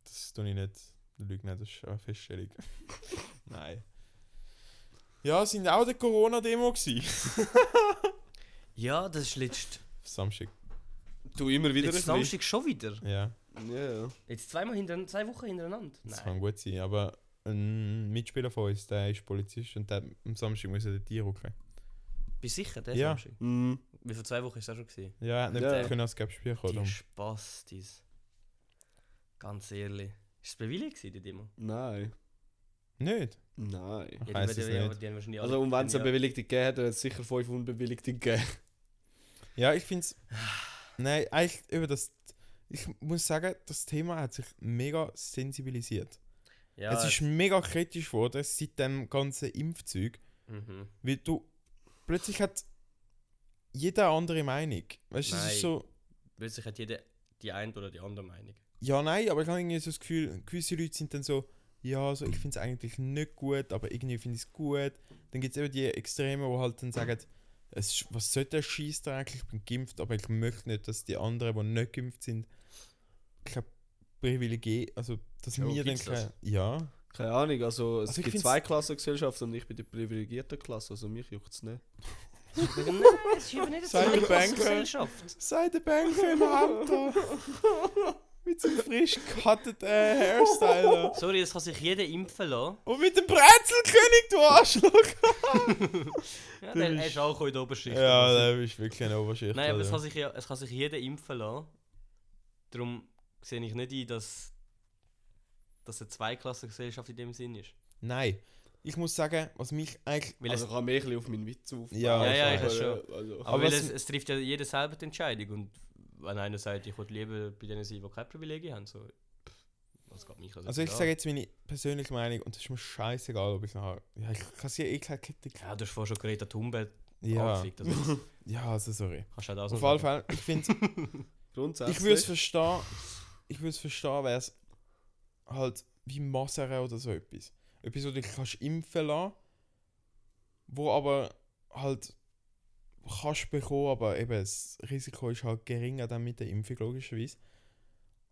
S3: Das tue ich nicht. Lüge nicht, das ist eine Feststellung. Nein. Ja, sind auch der Corona-Demo gsi.
S2: Ja, das ist letztes
S3: Samstag.
S4: Du immer wieder
S2: Jetzt
S4: ein bisschen.
S2: Samstag schon wieder.
S3: Ja,
S4: Ja, ja.
S2: Jetzt zweimal hintereinander, zwei Wochen hintereinander.
S3: das
S2: Nein.
S3: kann gut sein. Aber ein Mitspieler von uns, der ist Polizist und der hat am Samstag müssen den Tier rücken.
S2: Bist du sicher, der
S3: Ja.
S2: Samstag?
S4: Mhm.
S2: Wie vor zwei Wochen ist das schon gewesen?
S3: Ja, er hat nicht
S4: Ja.
S3: können als Gelbspiel kommen.
S2: Die
S3: darum.
S2: Spastis. Ganz ehrlich. Ist es bewilligt gewesen, die Demo?
S4: Nein.
S3: Nicht?
S4: Nein.
S3: Ich weiss
S2: die,
S3: es
S2: die,
S3: nicht.
S2: die haben wahrscheinlich
S4: Also,
S2: alle-
S4: und wenn es
S2: die-
S4: eine Bewilligte gegeben hat, dann hat es sicher fünf Unbewilligte gegeben.
S3: Ja, ich finde es. Nein, eigentlich über das. Ich muss sagen, das Thema hat sich mega sensibilisiert.
S2: ja,
S3: es ist mega kritisch geworden seit dem ganzen Impfzeug.
S2: Mhm.
S3: Weil du. Plötzlich hat jeder andere Meinung. Weißt du, es
S2: Nein.
S3: ist so.
S2: Plötzlich hat jeder die eine oder die andere Meinung.
S3: Ja, nein, aber ich habe irgendwie so das Gefühl, gewisse Leute sind dann so, ja, so, ich finde es eigentlich nicht gut, aber irgendwie finde ich es gut. Dann gibt es eben die Extreme, die halt dann sagen, es, ist- was soll der Scheiß da eigentlich, ich bin geimpft, aber ich möchte nicht, dass die anderen, die nicht geimpft sind, kein Privileg, also, dass
S2: Oh,
S3: wir dann
S2: gibt's das?
S3: kein, ja.
S4: Keine Ahnung, also es
S3: Also ich
S4: gibt
S3: find's-
S4: zwei Klassengesellschaften und ich bin die privilegierte Klasse, also mich juckt es nicht.
S2: Nein, es ist eben nicht
S3: Sei der Banker.
S2: Gesellschaft.
S3: Sei der Banker im Auto! mit so einem frisch gekatteten äh, Hairstyle.
S2: Sorry, das kann sich jeder impfen lassen.
S3: Und mit dem Brezelkönig, du Arschloch!
S2: Ja,
S3: Du
S2: der
S3: bist-
S2: er ist auch in der Oberschicht.
S3: Ja, der ist wirklich ein Oberschicht.
S2: Nein, aber
S3: Alter.
S2: es kann, sich ja, es kann sich jeder impfen lassen. Darum sehe ich nicht ein, dass dass eine Zweiklassengesellschaft in dem Sinn ist.
S3: Nein. Ich muss sagen, was mich eigentlich.
S2: Weil
S4: also
S2: es,
S4: kann mich ein bisschen auf meinen Witz aufbauen.
S3: Ja, Ja,
S2: ja, ich
S4: aber,
S2: weiß schon.
S4: äh, Also,
S2: aber
S3: aber
S2: weil
S3: was-
S2: es, es trifft ja jeder selber die Entscheidung. Und wenn einer sagt, ich würde lieber bei denen sein, die keine Privilegien haben, so. pff, Was geht mich das
S3: Also ich
S2: jetzt
S3: sage
S2: an?
S3: jetzt meine persönliche Meinung und es ist mir scheißegal, ob ich es nachher. Ja, ich kann es ja eh keine Kette.
S2: Ja, du hast vorhin schon Greta Thunberg
S3: Ja.
S2: angefickt. Also,
S3: ja, also sorry.
S2: kannst du halt auch das
S3: Auf
S2: noch
S3: alle
S2: sagen.
S3: Fälle, ich finde, ich würde es
S4: grundsätzlich.
S3: verstehen, ich würde es verstehen, wäre es halt wie Masern oder so etwas. Etwas, wo du dich kannst impfen lassen, wo aber halt kannst bekommen, aber eben das Risiko ist halt geringer dann mit der Impfung logischerweise.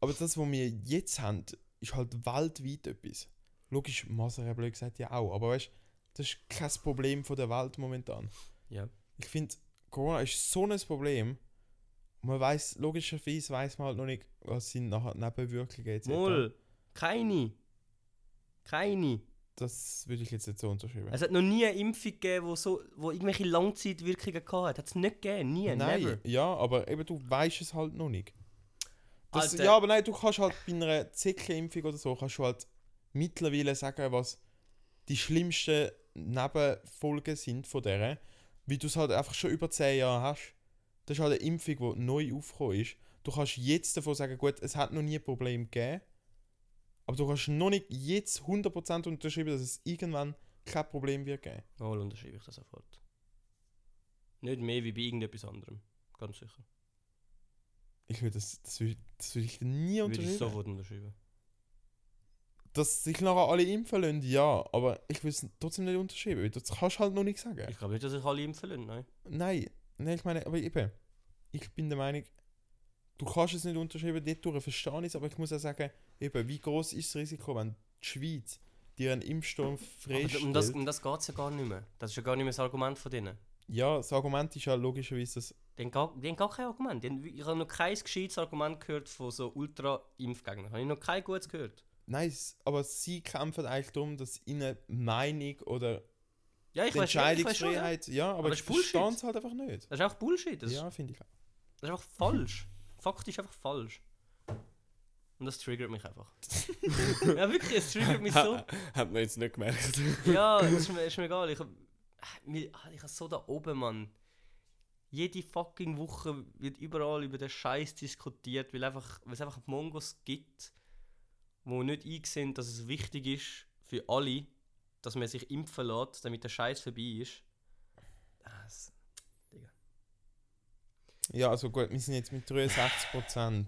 S3: Aber das, was wir jetzt haben, ist halt weltweit etwas. Logisch, Masern, blöd gesagt, ja auch, aber weißt das ist kein Problem von der Welt momentan.
S2: Ja.
S3: Ich finde, Corona ist so ein Problem. Man weiß, logischerweise weiß man halt noch nicht, was sind nachher die Nebenwirkungen etc.
S2: Moll, keine. Keine.
S3: Das würde ich jetzt nicht so unterschreiben.
S2: Es hat noch nie eine Impfung gegeben, die so, wo irgendwelche Langzeitwirkungen hatte. Hat es nicht gegeben, nie,
S3: nein,
S2: never.
S3: ja, aber eben du weißt es halt noch nicht. Das,
S2: Alter.
S3: ja, aber nein, du kannst halt bei einer Zickenimpfung oder so, kannst du halt mittlerweile sagen, was die schlimmsten Nebenfolgen sind von dieser, weil du es halt einfach schon über 10 Jahre hast. Das ist halt eine Impfung, die neu aufgekommen ist. Du kannst jetzt davon sagen, gut, es hat noch nie ein Problem gegeben, aber du kannst noch nicht jetzt 100% unterschreiben, dass es irgendwann kein Problem wird geben.
S2: Moll, unterschreibe ich das sofort. Nicht mehr wie bei irgendetwas anderem. Ganz sicher.
S3: Ich würde das, das, würde, das würde ich nie
S2: Würde
S3: unterschreiben.
S2: ich sofort unterschreiben.
S3: dass sich nachher alle impfen lassen, ja, aber ich will es trotzdem nicht unterschreiben, weil das kannst du halt noch nicht sagen.
S2: Ich glaube nicht, dass ich alle impfen lasse, nein.
S3: nein, nein, ich meine, aber eben, ich bin der Meinung, du kannst es nicht unterschreiben, dort durch verstehe ich es, aber ich muss auch sagen, eben, wie groß ist das Risiko, wenn die Schweiz dir einen Impfstoff
S2: Aber um das,
S3: freistellt?
S2: um das geht es ja gar nicht mehr. Das ist ja gar nicht mehr das Argument von denen.
S3: Ja, das Argument ist ja logischerweise, dass,
S2: Die haben gar, die haben gar kein Argument. Die haben, ich habe noch kein gescheites Argument gehört von so Ultra-Impfgegnern. Habe ich noch kein gutes gehört.
S3: nein, es- aber sie kämpfen eigentlich darum, dass ihnen Meinung oder
S2: Ja, ich
S3: die
S2: weiß schon, ich weiß schon. Ja.
S3: Entscheidungsfreiheit, ja, aber,
S2: Aber
S3: ich
S2: das ist Bullshit.
S3: verstehe es halt einfach nicht.
S2: Das ist einfach Bullshit. Das,
S3: ja, finde ich auch.
S2: ist, das ist einfach falsch. Faktisch einfach falsch. Und das triggert mich einfach. ja, wirklich, es triggert mich so.
S4: Hat man jetzt nicht gemerkt.
S2: Ja, ist mir, ist mir egal. Ich, hab- mir- ah, ich habe so da oben, Mann. Jede fucking Woche wird überall über den Scheiß diskutiert, weil einfach, weil es einfach Mongos gibt, wo nicht einsehen, dass es wichtig ist für alle, dass man sich impfen lässt, damit der Scheiß vorbei ist. Ah, es-
S3: Ja, also gut, wir sind jetzt mit 63%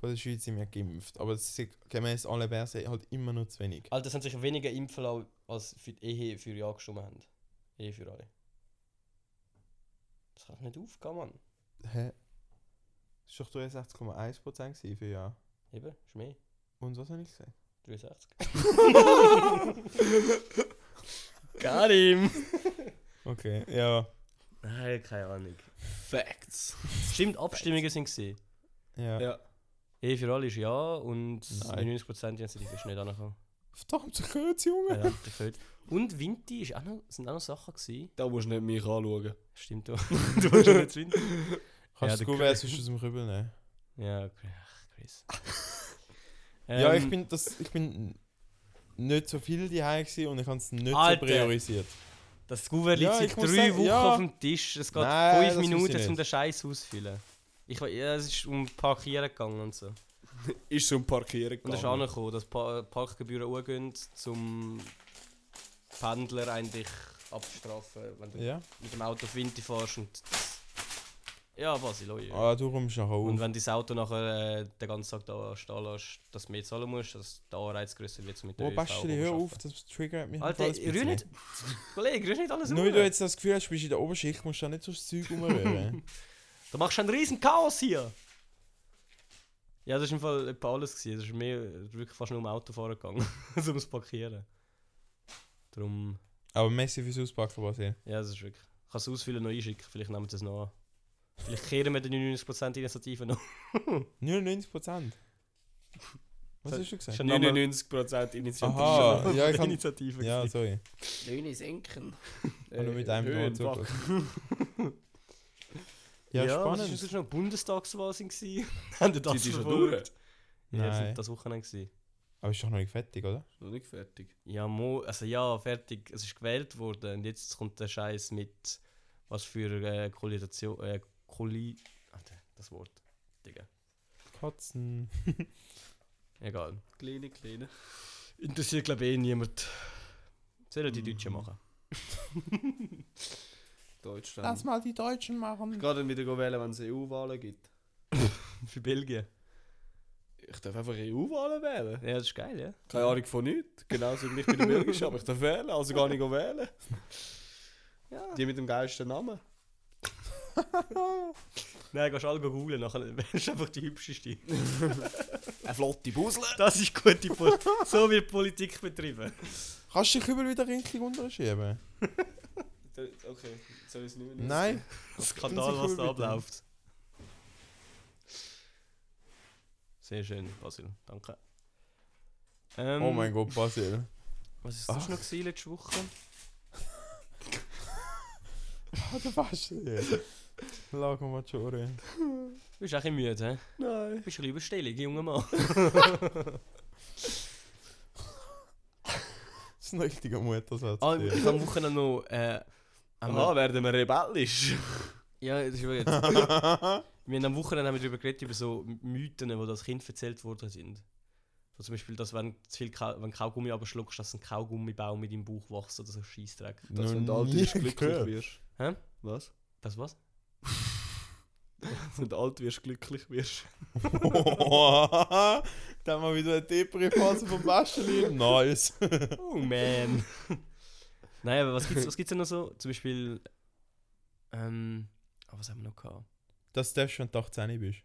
S3: von der Schweiz sind wir geimpft. Aber das ist gemäß allen Versen halt immer noch zu wenig.
S2: Alter, es haben sich weniger impfen lassen, als für die Ehe für Ja gestimmt haben. Ehe für alle. Das kann doch nicht aufgehen, Mann.
S3: Hä? Das war doch 63,1% gewesen für ja.
S2: Eben, ist mehr.
S3: Und was habe ich gesagt?
S2: 63. Karim!
S3: Okay, ja.
S2: Nein, keine Ahnung.
S4: Facts.
S2: Stimmt, Abstimmungen sind gesehen.
S3: Ja.
S4: Ja.
S2: Ehe für alle ist ja und
S3: Nein.
S2: 99% Initiative ist nicht angekommen.
S3: Verdammt, so kurz, Junge.
S2: Ja, der Föt. Und Winti ist auch noch, sind auch noch Sachen gewesen.
S4: Da musst du nicht mich anschauen.
S2: Stimmt, du, du hast ja nicht Winti. Ja,
S3: Kannst du das
S2: der-
S3: Kuvert sonst aus dem Kübel nehmen?
S2: Ja, okay. Ach, Chris.
S3: ja,
S2: Ähm,
S3: ich bin, das, ich bin nicht so viel daheim gewesen und ich habe es nicht
S2: Alter.
S3: so priorisiert.
S2: Das Gouverneur liegt
S3: Ja,
S2: seit
S3: ich muss
S2: drei
S3: sagen,
S2: Wochen
S3: ja.
S2: auf dem Tisch. Es geht
S3: Nein, das
S2: fünf
S3: weiß ich
S2: Minuten, um
S3: nicht.
S2: den Scheiß auszufüllen. Ich, we- ja, es ist um Parkieren gegangen und so.
S4: Ist zum Parkieren
S2: Und es ist
S4: gegangen.
S2: angekommen, dass pa Parkgebühren angehen, zum Pendler eigentlich abstrafen, wenn du
S3: Ja.
S2: mit dem Auto auf Winter fährst und. Ja, was ich Leute.
S3: Ah, du räumst nachher
S2: Und
S3: auf.
S2: wenn dein Auto nachher äh, den ganzen Tag da stehen lässt, dass du mehr zahlen musst, dass der Anreiz größer wird, um mit
S3: Oh,
S2: ÖV
S3: Basteli, hör auf,
S2: rumzuschaffen.
S3: das triggert mich.
S2: Alter,
S3: im Fall ein
S2: rühr nicht.
S3: bisschen.
S2: Kollege, rühr nicht alles
S3: Nur weil
S2: um.
S3: du jetzt das Gefühl hast, du bist in der Oberschicht, musst du da nicht so das Zeug rumrühren.
S2: Da machst du einen riesen Chaos hier! Ja, das war im Fall etwa alles. Gewesen. Das ist mir wirklich fast nur um Autofahren gegangen, also ums Parkieren. Drum,
S3: Aber Messi fürs Auspacken, Basil.
S2: ja, das ist wirklich. Ich kann es ausfüllen noch einschicken, vielleicht nehmen wir das noch an. Vielleicht kehren wir die 99% Initiative noch.
S3: 99%? Was hast du gesagt?
S2: Schon nochmal-
S4: 99% Initiative.
S3: Aha, ja, ich kann...
S2: Initiative.
S3: Ja,
S2: gewesen.
S3: sorry.
S4: Löhne senken.
S3: Habe
S2: Äh,
S3: nur mit einem Ton
S4: Höhenwach-
S3: zugelassen. Ja,
S2: Was ist
S3: spannend.
S2: das noch Bundestagswahl sind gewesen? Haben die das
S4: Die ist schon
S2: verfolgt?
S4: durch.
S2: Ja, das
S3: Nein.
S2: sind das Wochenende gewesen.
S3: Aber ist doch noch nicht fertig, oder?
S4: Noch nicht fertig.
S2: Ja, mo, also ja, fertig. Es ist gewählt worden und jetzt kommt der Scheiß mit was für äh, Koalition, äh, Koli, Alter, das Wort, Digga.
S3: Kotzen.
S2: Egal.
S4: Kleine, kleine.
S2: Interessiert glaube ich eh niemand. Sollen die Deutschen machen?
S4: Deutschland.
S3: Lass mal die Deutschen
S4: Ich
S3: machen.
S4: gehe dann wieder wählen, wenn es EU-Wahlen gibt.
S2: Für Belgien.
S4: Ich darf einfach EU-Wahlen wählen.
S2: Ja, das ist geil, ja.
S4: Keine Ahnung von nichts. Genauso gleich bei der Belgischen, aber ich darf wählen, also gar nicht wählen.
S2: Ja.
S4: Die mit dem geilsten Namen.
S2: Nein, gehst alle googeln, nachher wärst du einfach die hübscheste.
S4: Eine flotte Busle.
S2: Das ist gute Politik. so wird Politik betrieben.
S3: Kannst du dich über wieder richtig unterschieben?
S4: Okay, soll ich es nicht mehr
S3: Nein.
S2: Skandal, was da
S3: Bitte.
S2: abläuft. Sehr schön, Basil. Danke. Ähm,
S3: Oh mein Ah. Gott, Basil.
S2: Was ist das
S3: Ach.
S2: noch gewesen letzte Woche?
S3: Ah, der Basil. Lag mal die Schuhe.
S2: Du bist auch ein bisschen müde, hä?
S4: Nein.
S2: Du bist ein bisschen überstellig, junger Mann.
S3: Das ist ein richtiger Muttersatz.
S2: Ah,
S3: ja.
S2: ich habe am Wochenende noch... Äh, haben
S4: Aha,
S2: wir,
S4: werden wir rebellisch.
S2: ja, das ist aber jetzt. wir haben am Wochenende haben wir darüber geredet, über so Mythen, die als Kind erzählt worden sind. So zum Beispiel, dass wenn, zu viel Ka wenn Kaugummi abschluckst, dass ein Kaugummibaum mit deinem Bauch wächst oder so ein Scheissdreck.
S4: Dass wenn du
S3: Noch
S4: alt
S3: nie
S4: wirst, glücklich
S3: gehört.
S4: wirst.
S2: Hä?
S4: Was?
S2: Das was?
S4: Wenn du alt wirst, glücklich wirst.
S3: Dann mal wieder eine Depri-Phase vom Basil. Nice.
S2: Oh man. Nein, aber was gibt's, was gibt's denn noch so? Zum Beispiel. Ähm. ah, was haben wir noch gehabt?
S3: Dass du schon die 18 bist.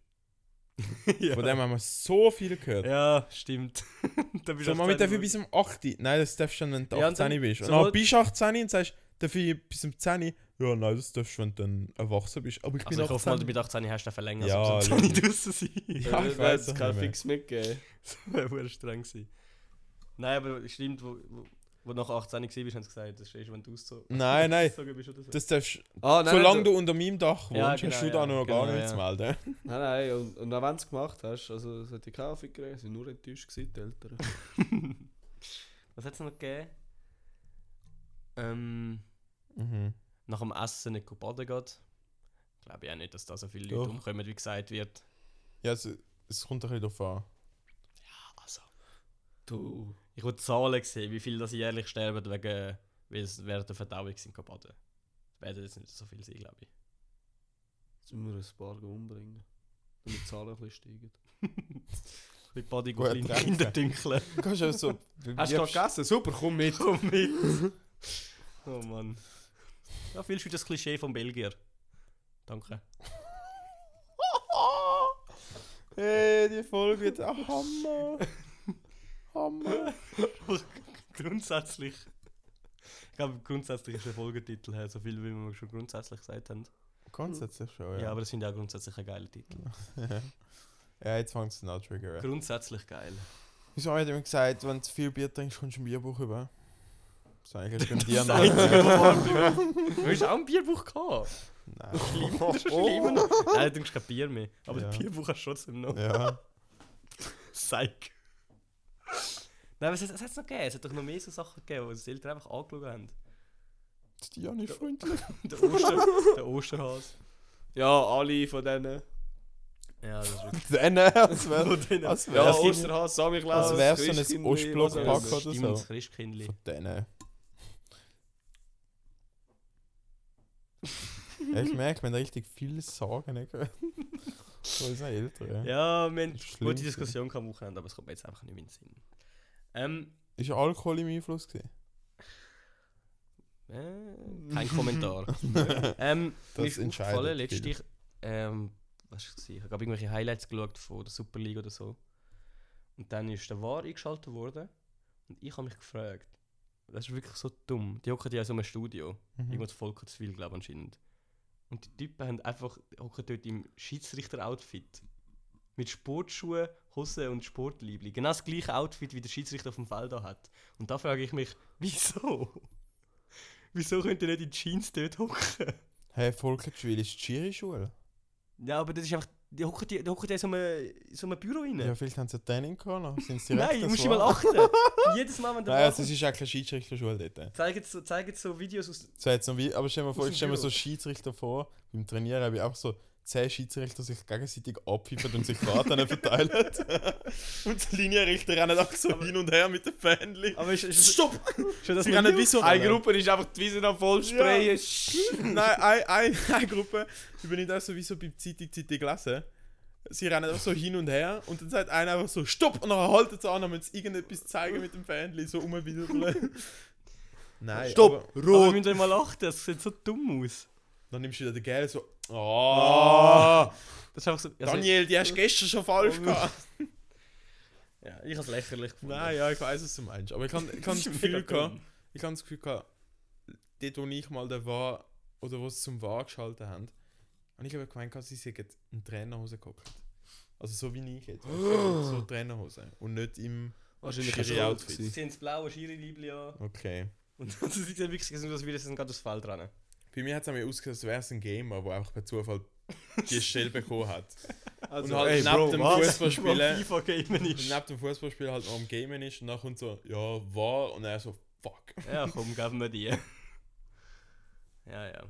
S2: ja.
S3: Von dem haben wir so viel gehört.
S2: ja, stimmt. da bist
S3: So, man mit
S2: dafür
S3: dafür bis zum 8. Nein, das darfst du schon, wenn du
S2: Ja, und
S3: 18
S2: dann-
S3: bist. Und
S2: sobald-
S3: dann bist du 18 und sagst, dafür bis zum 10. Ja, nein, das darfst du, wenn du dann erwachsen bist. Aber ich
S2: Also ich
S3: bin
S2: hoffe mal,
S3: 18.
S2: du mit 18 hast du verlängert,
S3: Ja,
S2: ja, also nicht draußen sein.
S3: Ja, ich weiß
S4: es
S3: doch
S4: kann
S3: nicht mehr.
S4: Äh, fix mitgeben.
S2: Das wäre wohl streng gewesen. Nein, aber stimmt, wo, wo, wo du nach 18 warst, haben sie gesagt, das ist erst, wenn du ausgezogen
S3: Nein, nein,
S2: ausgezogen bist oder so.
S3: das darfst
S4: Ah,
S3: Solange du unter meinem Dach wohnst,
S2: also Ja,
S3: hast
S2: genau,
S3: du da
S2: ja,
S3: noch gar
S2: genau,
S3: nichts
S2: ja.
S3: melden.
S4: Nein, nein, und, und auch wenn du es gemacht hast, also es hat dich keine Fick gegeben, sie sind nur enttäuscht gewesen, die Eltern.
S2: Was hat es noch gegeben? Ähm.
S3: Mhm.
S2: nach dem Essen nicht baden geht. Glaube ich auch nicht, dass da so viele
S3: Doch.
S2: Leute umkommen, wie gesagt wird.
S3: Ja, es, es kommt ein bisschen darauf an.
S2: Also.
S4: Du.
S2: Ich will Zahlen sehen, wie viele das jährlich sterben, wegen, weil es während der Verdauung sind gehen baden. Es werden jetzt nicht so viel sein, glaube ich.
S4: Jetzt müssen wir ein paar umbringen. Damit die Zahlen ein bisschen steigen.
S2: Bei Body
S3: Gut,
S2: kleine
S3: danke.
S2: Kinder dünkeln.
S3: Kannst du so.
S4: Hast du gerade gegessen? Super, komm mit!
S2: Komm mit. Oh Mann. Da fühlst du das Klischee vom Belgier. Danke.
S3: Hey, die Folge wird ein Hammer. Hammer.
S2: grundsätzlich. Ich glaube, grundsätzlich ist der Folgetitel her, so viel wie wir schon grundsätzlich gesagt haben.
S3: Grundsätzlich schon,
S2: Ja,
S3: ja.
S2: aber es sind ja auch grundsätzlich ein geiler Titel.
S3: Ja, jetzt fängt es an zu triggern.
S2: Grundsätzlich geil.
S3: Wieso habe ich immer gesagt, wenn du zu viel Bier trinkst, kommst du ein Bierbuch über? Das ist eigentlich beim Bier
S2: Das
S3: noch.
S2: Einzige, was wir- Du hast auch ein Bierbuch gehabt.
S3: Nein.
S2: Schlimm, das ist schlimm. Nein, du trinkst kein Bier mehr. Aber
S3: Oh. Ja.
S2: das Bierbuch hast du trotzdem noch.
S3: Ja.
S2: Psych. Nein, was hat es noch gegeben? Es hat doch noch mehr so Sachen gegeben, die uns die Eltern einfach angeschaut haben.
S3: Ist die ja nicht freundlich?
S2: Der, Oster, der Osterhase.
S4: Ja, alle von denen.
S2: Ja, das ist wirklich.
S3: Dann, als
S2: Von denen.
S3: wäre als
S4: Ja,
S3: wär
S4: Osterhase, Samichlaus,
S3: als wär's so ein
S4: Christkindli, was
S3: Ostblock-
S4: auch immer.
S3: Pack oder so.
S2: Stimmt, das Christkindli.
S3: Von denen. ja, ich merke, wir haben richtig viele Sorgen nicht gehört. Von unseren Eltern. Ja.
S2: Ja, wir haben
S3: Das ist schlimm
S2: gute
S3: gewesen.
S2: Diskussion am Wochenende, aber es kommt mir jetzt einfach nicht mehr in den Sinn. Ähm,
S3: Ist Alkohol im Einfluss gewesen?
S2: äh, kein Kommentar. ähm, mir
S3: Das
S2: ist
S3: entscheidet
S2: aufgefallen,
S3: viel.
S2: letztlich, ähm, was war es? Ich habe irgendwelche Highlights geschaut von der Super League oder so. Und dann ist der VAR eingeschaltet worden und ich habe mich gefragt, das ist wirklich so dumm. Die hocken ja in so einem Studio,
S3: Mhm.
S2: irgendwo in Volkertswil, glaube ich anscheinend. Und die Typen haben einfach, hocken dort im Schiedsrichter-Outfit. Mit Sportschuhen, Hosen und Sportliebli. Genau das gleiche Outfit, wie der Schiedsrichter auf dem Feld da hat. Und da frage ich mich, wieso? Wieso könnt ihr nicht in Jeans dort hocken?
S3: Hey, Volkertschwil ist die Schiri-Schule.
S2: Ja, aber das ist einfach. Die hocken die, die hocken da in so einem, in so einem Büro rein.
S3: Ja, vielleicht haben sie einen Training gehabt, noch sind sie direkt
S2: Nein,
S3: das
S2: musst du mal
S3: war's.
S2: achten. Jedes Mal, wenn der
S3: Nein, also,
S2: Nein,
S3: es ist auch keine Schiedsrichterschule dort.
S2: zeigen so, zeigen so Videos aus.
S3: So jetzt noch wie, aber stell mir vor,
S2: Aus
S3: ich
S2: dem
S3: stell mir
S2: Büro.
S3: so Schiedsrichter vor, beim Trainieren habe ich auch so 10 Schiedsrichter sich gegenseitig abpfiffen und sich Karten verteilen. und die Linienrichter rennen auch so hin und her mit den Fähnchen.
S2: Aber ist, ist,
S3: Stopp!
S2: schon das
S3: Sie rennen wie so
S4: Eine Gruppe ist einfach die Wiese am Vollsprayen.
S3: Nein, eine, eine, eine Gruppe übernimmt auch so wie so beim Zeitung, Zeitung lesen. Sie rennen auch so hin und her und dann sagt einer einfach so Stopp und dann halten sie an und müssen irgendetwas zeigen mit dem Fähnchen, so umwirbeln. Nein, aber
S2: Stopp! Rot! Aber wir müssen mal achten, das sieht so dumm aus.
S3: dann nimmst du wieder den Gel so oh.
S2: Das ist Oh, einfach so. Also,
S3: Daniel, die hast du gestern schon falsch gehabt.
S2: Ja, ich habe es lächerlich gefunden.
S3: Nein, ja, ich weiß, was du meinst. Aber ich kann, ich kann das
S2: ist
S3: Gefühl
S2: mega
S3: gehabt,
S2: dumm.
S3: ich kann das Gefühl gehabt, dort, wo ich mal da war, oder wo sie zum Wahr geschaltet haben, und ich habe gemeint, gehabt, sie sind in Trainerhose gehockt. Also so wie ich jetzt. weißt du, so Trainerhose. Und nicht im.
S4: Wahrscheinlich
S3: Schiri
S4: ein
S3: Outfit.
S4: Schulz.
S2: Sie haben das blaue Schiri-Liebli an.
S3: Okay.
S2: Und dann sieht es wirklich so aus, als würden sie gerade aufs Feld rennen.
S3: Bei mir hat es nämlich ausgesehen, als wäre es ein Gamer, der einfach per Zufall die Stelle bekommen hat.
S4: Also,
S3: und halt
S4: ey,
S3: neben
S4: Bro,
S3: dem
S4: was?
S3: Fußballspielen.
S2: FIFA-Gamen
S3: Und neben dem Fußballspiel halt noch am Gamen ist und dann kommt so, ja, war und er so, fuck.
S2: Ja, komm, geben wir die. Ja, ja.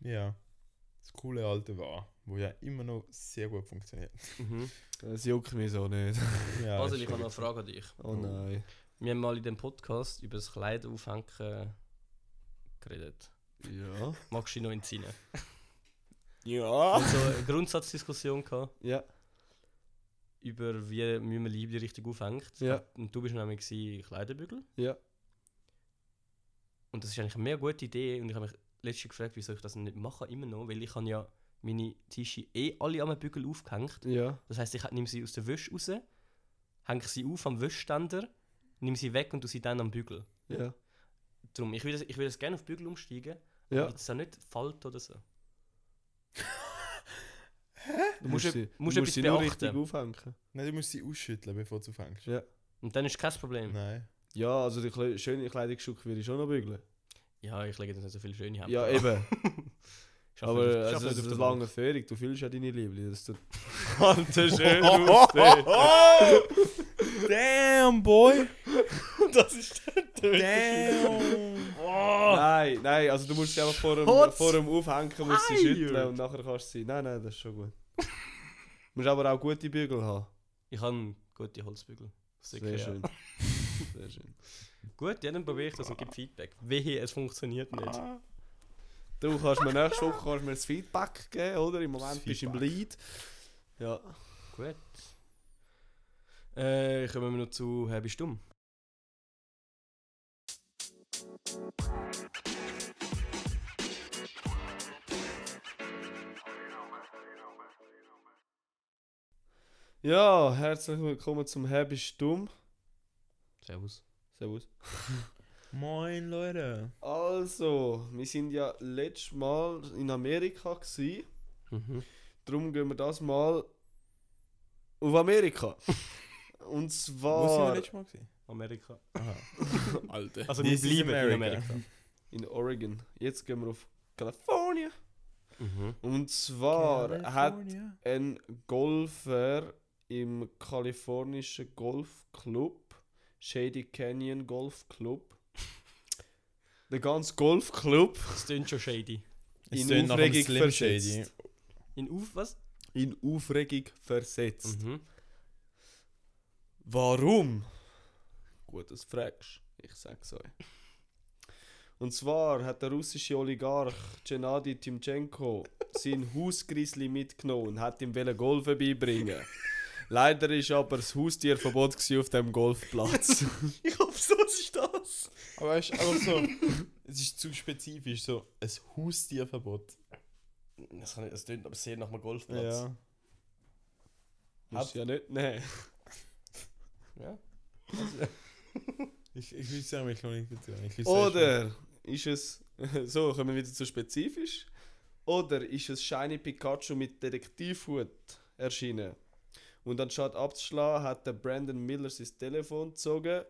S3: Ja. Das coole alte war, wo ja immer noch sehr gut funktioniert.
S4: Das juckt mich so nicht.
S2: Basel,
S3: Ja, ist
S2: Also, ich habe noch eine
S3: gut.
S2: Frage an dich.
S4: Oh nein.
S2: Wir haben mal in dem Podcast über das Kleid aufhängen geredet.
S4: Ja.
S2: Magst du dich noch entsinnen? Wir
S4: Ja.
S2: hatten so eine Grundsatzdiskussion gehabt,
S4: Ja.
S2: über wie müssen wir Liebling richtig aufhängt.
S4: Ja.
S2: Und du bist nämlich gewesen, Kleiderbügel.
S4: Ja.
S2: Und das ist eigentlich eine mega gute Idee. Und ich habe mich letztens gefragt, wieso ich das nicht mache, immer noch. Weil ich habe ja meine Tische eh alle am Bügel aufgehängt.
S4: Ja.
S2: Das heisst, ich nehme sie aus der Wäsche raus, hänge sie auf am Wäschständer, nehme sie weg und tue sie dann am Bügel.
S4: Ja.
S2: Darum, ich würde ich würd das gerne auf Bügel umsteigen,
S4: Ja.
S2: Gibt es da nicht Falten oder so?
S4: Du
S2: musst-
S4: sie-
S2: musst
S4: du
S2: etwas
S4: sie nur
S2: beachten.
S4: richtig aufhängen.
S3: Nein, du musst sie ausschütteln, bevor du fängst.
S4: Ja.
S2: Und dann ist kein Problem.
S3: Nein.
S4: Ja, also die Kle schöne Kleidungsstücke würde ich schon noch bügeln.
S2: Ja, ich lege jetzt nicht so viele schöne Hemden.
S4: Ja,
S2: an.
S4: eben.
S2: Ich schaffe
S4: Aber
S2: nicht- ich schaffe nicht
S4: also, das
S2: auf
S4: ist
S2: den
S4: lange Fähig, du fühlst ja deine Liebe. Das tut
S3: Alter, schön Damn, boy! Das ist der Damn!
S4: Nein, nein, also du musst sie einfach vor dem,
S2: Schatz!
S4: vor dem Aufhängen musst sie
S2: Ei!
S4: schütteln und nachher kannst du sie. Nein, nein, das ist schon gut. Du musst aber auch gute Bügel haben.
S2: Ich habe gute Holzbügel.
S4: Sehr
S2: Ikea.
S4: schön. Sehr schön.
S2: Gut, ja, dann probiere ich das und gebe Feedback. Wehe, es funktioniert nicht.
S4: Du kannst mir nächste Woche kannst mir das Feedback geben, oder? Im Moment bist du im Lead. Ja.
S2: Gut. Äh, kommen wir noch zu Herr bist du dumm?
S4: Ja, herzlich willkommen zum Herr bist du dumm.
S2: Servus.
S4: Servus.
S3: Moin, Leute.
S4: Also, wir sind ja letztes Mal in Amerika gsi.
S2: Mhm.
S4: Darum gehen wir das mal auf Amerika.
S2: Oh.
S4: Und
S3: Wo sind wir
S4: zwar
S3: letztes Mal? Gewesen?
S2: Amerika.
S3: Alter.
S2: Also wir bleiben in Amerika.
S4: in Oregon. Jetzt gehen wir auf Kalifornien.
S2: Mhm.
S4: Und
S3: Oh,
S4: zwar hat ein Golfer im kalifornischen Golfclub, Shady Canyon Golf Club, der ganze Golfclub
S2: Das klingt schon shady.
S3: Es
S4: in
S3: tönt nach einem
S4: Aufregung
S3: Slim
S4: versetzt.
S3: Shady.
S2: In Auf was?
S4: in Aufregung versetzt.
S2: Mhm.
S4: Warum? Gut, das fragst. Ich sag's euch. Und zwar hat der russische Oligarch Gennady Timchenko sein Hausgrisli mitgenommen und hat ihm wollen Golfen beibringen. Leider ist aber das Haustierverbot gewesen auf dem Golfplatz. ich hoffe, so ist das.
S3: Aber es ist einfach so, es ist zu spezifisch, so ein Haustierverbot.
S2: Das, kann ich, das klingt aber sehr nach einem Golfplatz.
S4: Muss ja nicht nehmen.
S2: Ja.
S3: Ich, ich will sagen, ich kann nicht dazu. Ich will's sagen.
S4: Oder ist es. So, kommen wir wieder zu spezifisch. Oder ist es Shiny Pikachu mit Detektivhut erschienen? Und anstatt abzuschlagen, hat der Brandon Miller sein Telefon gezogen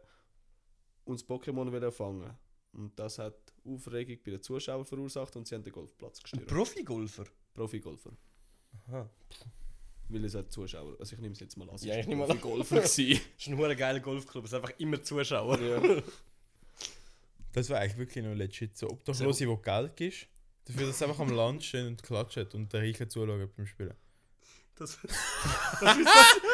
S4: und das Pokémon wieder fangen. Und das hat Aufregung bei den Zuschauern verursacht und sie haben den Golfplatz gestört.
S2: Profi-Golfer?
S4: Profigolfer.
S2: Aha.
S4: Weil es hat Zuschauer. Also ich nehme es jetzt mal an. es
S2: Ja,
S4: ist
S2: ich
S4: ein
S2: nehme mal an.
S4: Profi-Golfer gewesen.
S2: Das ist ein hoher geiler Golfclub, es sind einfach immer Zuschauer.
S4: ja.
S3: Das war eigentlich wirklich noch legit. So Obdachlose, wo Geld gibst, dafür, dass sie einfach am Land stehen und klatschen und der Reichen zuschauen beim Spielen.
S2: Das,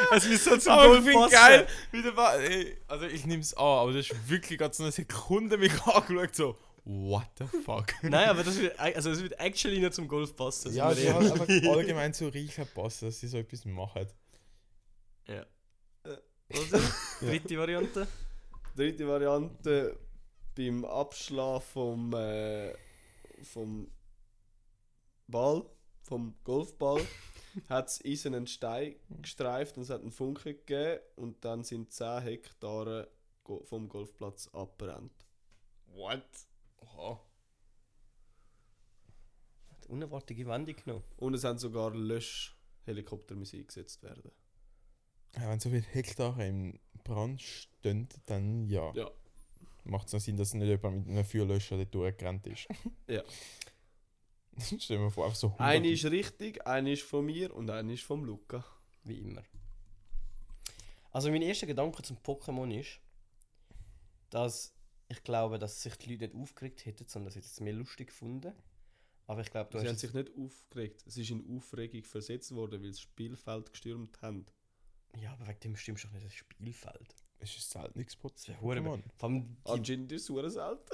S2: das ist so zum Golf passen.
S3: wie der Wa- ey, Also ich nehme es an, aber das ist wirklich gerade so eine Sekunde mich angeschaut, so, what the fuck?
S2: Nein, aber das wird, also das wird actually nicht zum Golf passen. sind
S3: ja,
S2: wir
S3: die
S2: ehrlich.
S3: hat einfach allgemein zu Reichen passen, dass sie so etwas machen.
S2: Ja. Oder? Dritte Variante.
S4: Dritte Variante beim Abschlag vom, äh, vom Ball, vom Golfball, hat das Eisen einen Stein gestreift und es hat einen Funken gegeben und dann sind 10 Hektare go- vom Golfplatz abbrennt.
S2: What? Oha. Hat unerwartete Wendung genommen.
S4: Und es haben sogar Löschhelikopter müssen eingesetzt werden.
S3: Ja, wenn so viele Hektare im Brand stehen, dann ja.
S4: Ja.
S3: Macht es noch Sinn, dass nicht jemand mit einem Feuerlöscher dort durchgerannt ist.
S4: Ja.
S3: Stell mir vor, einfach so
S4: Eine
S3: hunderte.
S4: ist richtig, eine ist von mir und eine ist vom Luca.
S2: Wie immer. Also mein erster Gedanke zum Pokémon ist, dass ich glaube, dass sich die Leute nicht aufgeregt hätten, sondern sie hätten es mehr lustig gefunden. Aber ich glaube, du
S4: Sie haben
S2: hast
S4: sich nicht aufgeregt. Es ist in Aufregung versetzt worden, weil das Spielfeld gestürmt haben.
S2: Ja, aber wegen dem stimmst du doch nicht das Spielfeld.
S3: Es ist selten nichts
S2: Das wäre hure. Vor allem die-
S4: Anscheinend ist es sehr selten.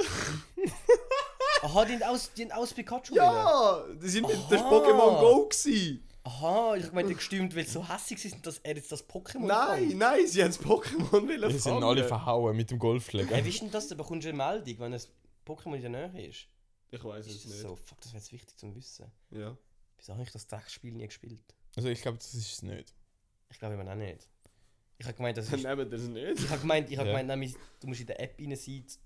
S2: Aha, die haben aus, die haben aus Pikachu wollen.
S4: Ja, das sind mit das
S2: Aha.
S4: Pokémon Go gsi.
S2: Aha, ich meine, gestimmt, weil sie so hässlich sind, dass er jetzt das Pokémon
S4: Nein, nein, sie haben das Pokémon
S3: Die
S4: wollen
S3: sind alle verhauen mit dem
S2: Hä,
S3: Golfschläger.
S2: wie ist denn das? Da bekommst du eine Meldung, wenn ein Pokémon in der Nähe ist.
S4: Ich weiß
S2: Ist
S4: es
S2: das
S4: nicht.
S2: so? Fuck, das wäre jetzt wichtig zum Wissen.
S4: Ja.
S2: Wieso habe ich das Dreckspiel nie gespielt?
S3: Also ich glaube, das ist es nicht.
S2: Ich glaube immer auch nicht. Ich habe gemeint, das
S4: Dann
S2: ist...
S4: nehmen das nicht.
S2: Ich habe gemeint, ich habe
S3: Ja.
S2: gemeint, nämlich, du musst in der App rein sein, z-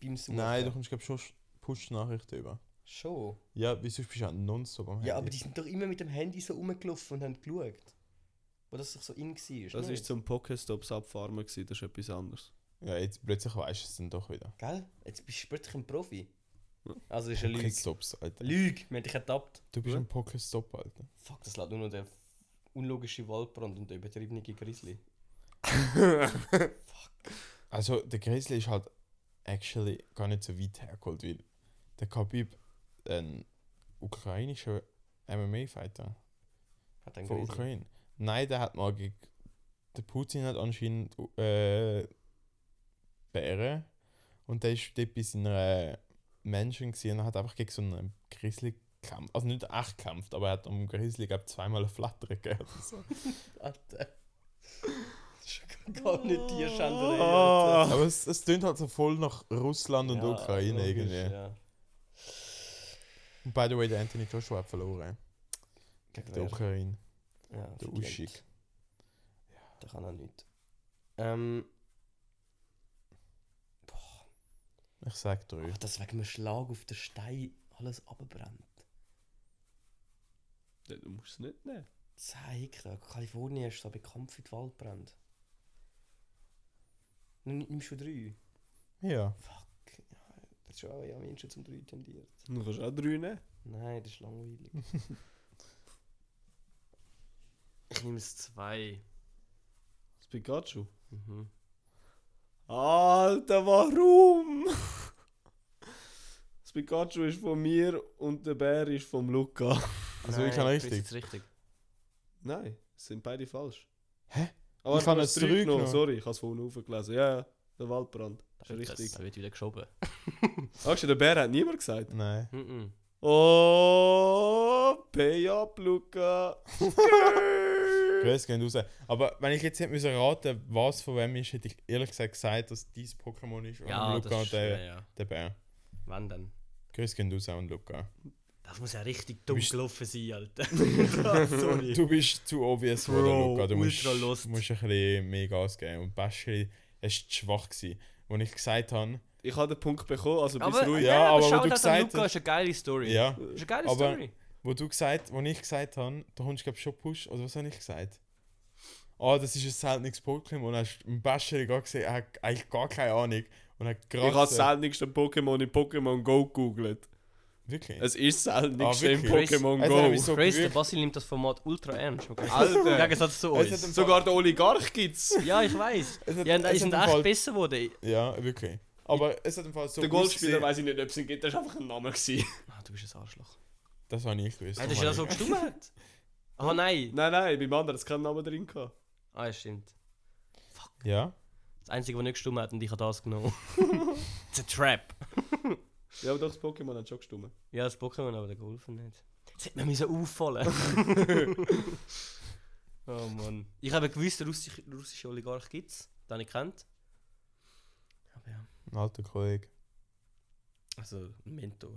S2: beim Suchen.
S3: Nein, du kommst glaube schon Push-Nachrichten über.
S2: Schon?
S3: Ja, wieso bist du ja nonstop am
S2: Ja, aber
S3: Handy.
S2: die sind doch immer mit dem Handy so rumgelaufen und haben geschaut. Wo das doch so in war.
S4: Das
S2: nicht?
S4: ist zum Pokéstops abfarmen gsi, das ist etwas anderes.
S3: Ja, jetzt plötzlich weißt du es dann doch wieder.
S2: Gell? Jetzt bist du plötzlich ein Profi. Also ist eine Lüge.
S3: Pokestops, Alter.
S2: Lüge, wir haben dich ertappt.
S3: Du bist ein Pokestop, Alter.
S2: Fuck, das lädt nur noch der unlogische Waldbrand und der übertriebene Grizzly.
S3: Also der Grizzly ist halt actually gar nicht so weit hergeholt, weil der Khabib ein ukrainischer MMA-Fighter
S2: Hat ein
S3: von
S2: Grizzly.
S3: Ukraine. Nein, der hat mal geg der Putin hat anscheinend äh, Bären und der ist dort bei seiner Menschen gesehen und hat einfach gegen so einen Grizzly gekämpft. Also nicht echt gekämpft, aber er hat um Grizzly, glaube zweimal eine Flatter gegeben. oder So.
S2: Alter. Das ist schon gar nicht Tierschänderei. Alter.
S3: aber es, es tönt halt so voll nach Russland und
S2: Ah. Ja,
S3: Ukraine
S2: logisch,
S3: irgendwie.
S2: Ja.
S3: Und by the way, der Anthony Joshua hat verloren. Gegen die
S2: wer?
S3: Ukraine.
S2: Ja,
S3: Der
S2: verdient.
S3: Uschig.
S2: Der kann auch nicht. Ähm,
S3: Ich sag drei.
S2: ach, dass wegen einem Schlag auf den Stein alles abbrennt.
S4: Du musst es nicht nehmen.
S2: Zeiger, Kalifornien ist so bekannt für die Waldbrände. Nun ni- nimmst du drei?
S3: Ja.
S2: Fuck. Ja, das ist auch, ja, Menschen zum drei tendiert.
S4: Du kannst auch drei nehmen.
S2: Nein, das ist langweilig. ich nehme es zwei.
S4: Das Pikachu.
S2: Mhm.
S4: Alter, warum? Das Pikachu ist von mir und der Bär ist vom Luca.
S3: Also
S2: Nein,
S3: ich kann
S2: du
S3: richtig.
S2: bist jetzt richtig.
S4: Nein, es sind beide falsch.
S3: Hä?
S4: Aber
S3: Ich
S4: ich
S3: kann
S4: habe
S3: es
S4: es zurückgenommen,
S3: zurückgenommen.
S4: sorry, ich habe es vorhin aufgelesen. Ja, ja, der Waldbrand. Ist richtig.
S2: Da wird wieder geschoben.
S4: Ach, der Bär hat niemand gesagt.
S3: Nein.
S2: Mhm.
S4: Oh, pay up, Luca.
S3: Grüß gehen raus. Aber wenn ich jetzt hätte müssen raten, was von wem ist, hätte ich ehrlich gesagt gesagt, dass dies Pokémon ist und
S2: Ja,
S3: Luca
S2: das
S3: und
S2: ist,
S3: der,
S2: äh, ja.
S3: der Bär.
S2: Wann denn?
S3: Grüß gehen raus und Luca.
S2: Das muss ja richtig dumm
S3: bist-
S2: gelaufen sein, Alter. Sorry.
S3: Du bist zu obvious
S2: Bro,
S3: geworden, Luca. Du musst,
S2: ultra lost.
S3: musst ein bisschen mehr Gas geben. Und Baschi ist zu schwach gewesen. Als ich gesagt habe,
S4: Ich habe den Punkt bekommen, also bist
S2: Aber,
S4: ruhig.
S3: Ja, aber wo
S2: schau
S3: du
S2: das
S3: gesagt
S2: an Luca,
S3: hast-
S2: ist eine geile Story.
S3: ja,
S2: Ist eine geile
S3: Aber-
S2: Story.
S3: wo du gesagt, wo ich gesagt habe, da hast du glaube schon Push, oder was habe ich gesagt? Ah, das ist ein seltenes Pokémon. Und hast im Baschi gar gesehen, er hat eigentlich gar keine Ahnung. Und hat gerade.
S4: Ich habe das seltenste Pokémon in Pokémon Go gegoogelt.
S3: Wirklich?
S4: Es ist das seltenste
S3: Ah,
S4: in
S3: wirklich?
S4: Pokémon
S3: Also, hab ich
S4: Go.
S3: so
S2: Chris, der
S3: gewirkt.
S2: Basil nimmt das Format ultra ernst. Okay? Im
S4: Alter,
S2: Gegensatz zu
S3: Es
S2: uns.
S3: hat im Fall-
S4: sogar der Oligarch gibt's.
S2: Ja, ich weiß.
S3: Es hat-
S2: Ja,
S3: es
S2: die sind
S3: hat im Fall-
S2: echt besser geworden.
S3: Ja, wirklich. Aber es hat im Fall so
S4: Der Goldspieler
S3: ausgesehen-
S4: weiß ich nicht, ob es ihn gibt, das war einfach ein Name. Gewesen.
S2: Ah, du bist ein Arschloch.
S3: Das habe ich gewusst.
S2: Nein, das ist ja so gestimmt. hat. Ah, nein.
S4: Nein, nein, beim anderen hat es keinen Namen drin gehabt.
S2: Ah, ja, stimmt.
S3: Ja?
S2: Das Einzige, was nicht gestimmt hat, und ich habe das genommen. It's a trap.
S4: Ja, aber doch, das Pokémon hat schon gestimmt.
S2: Ja, das Pokémon, aber der geholfen nicht. Das hätte mir müssen auffallen Oh Mann. Ich habe gewusst, der russische, russische Oligarch gibt es. Den habe ich kennt. Aber ja.
S3: Ein alter Kollege.
S2: Also, ein Mentor.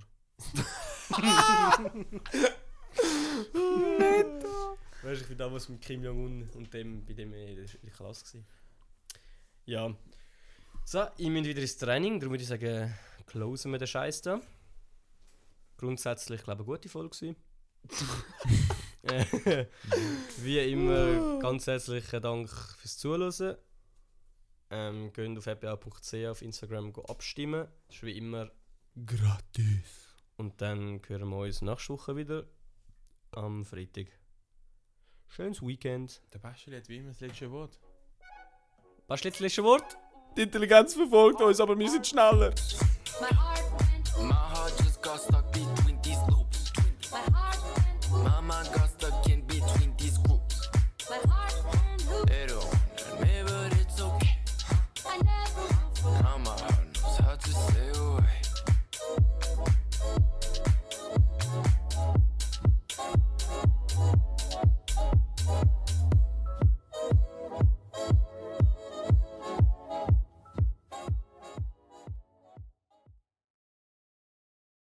S2: Weißt du, ich bin damals mit Kim Jong-un und dem, bei dem in der in der Klasse. Gewesen. Ja. So, ich muss wieder ins Training, darum würde ich sagen, closen wir den Scheiß da. Grundsätzlich, glaube ich, eine gute Folge. gewesen. Äh, Wie immer, ganz herzlichen Dank fürs Zuhören. Ähm, geht auf fba.ch auf Instagram go abstimmen. Das ist wie immer
S3: Gratis.
S2: und dann hören wir uns nächste Woche wieder am Freitag. Schönes Weekend.
S3: Der Bastille hat wie immer das letzte Wort.
S2: Was ist das letzte Wort?
S4: Die Intelligenz verfolgt uns, aber wir sind schneller.
S5: My heart went.
S6: My heart just got stuck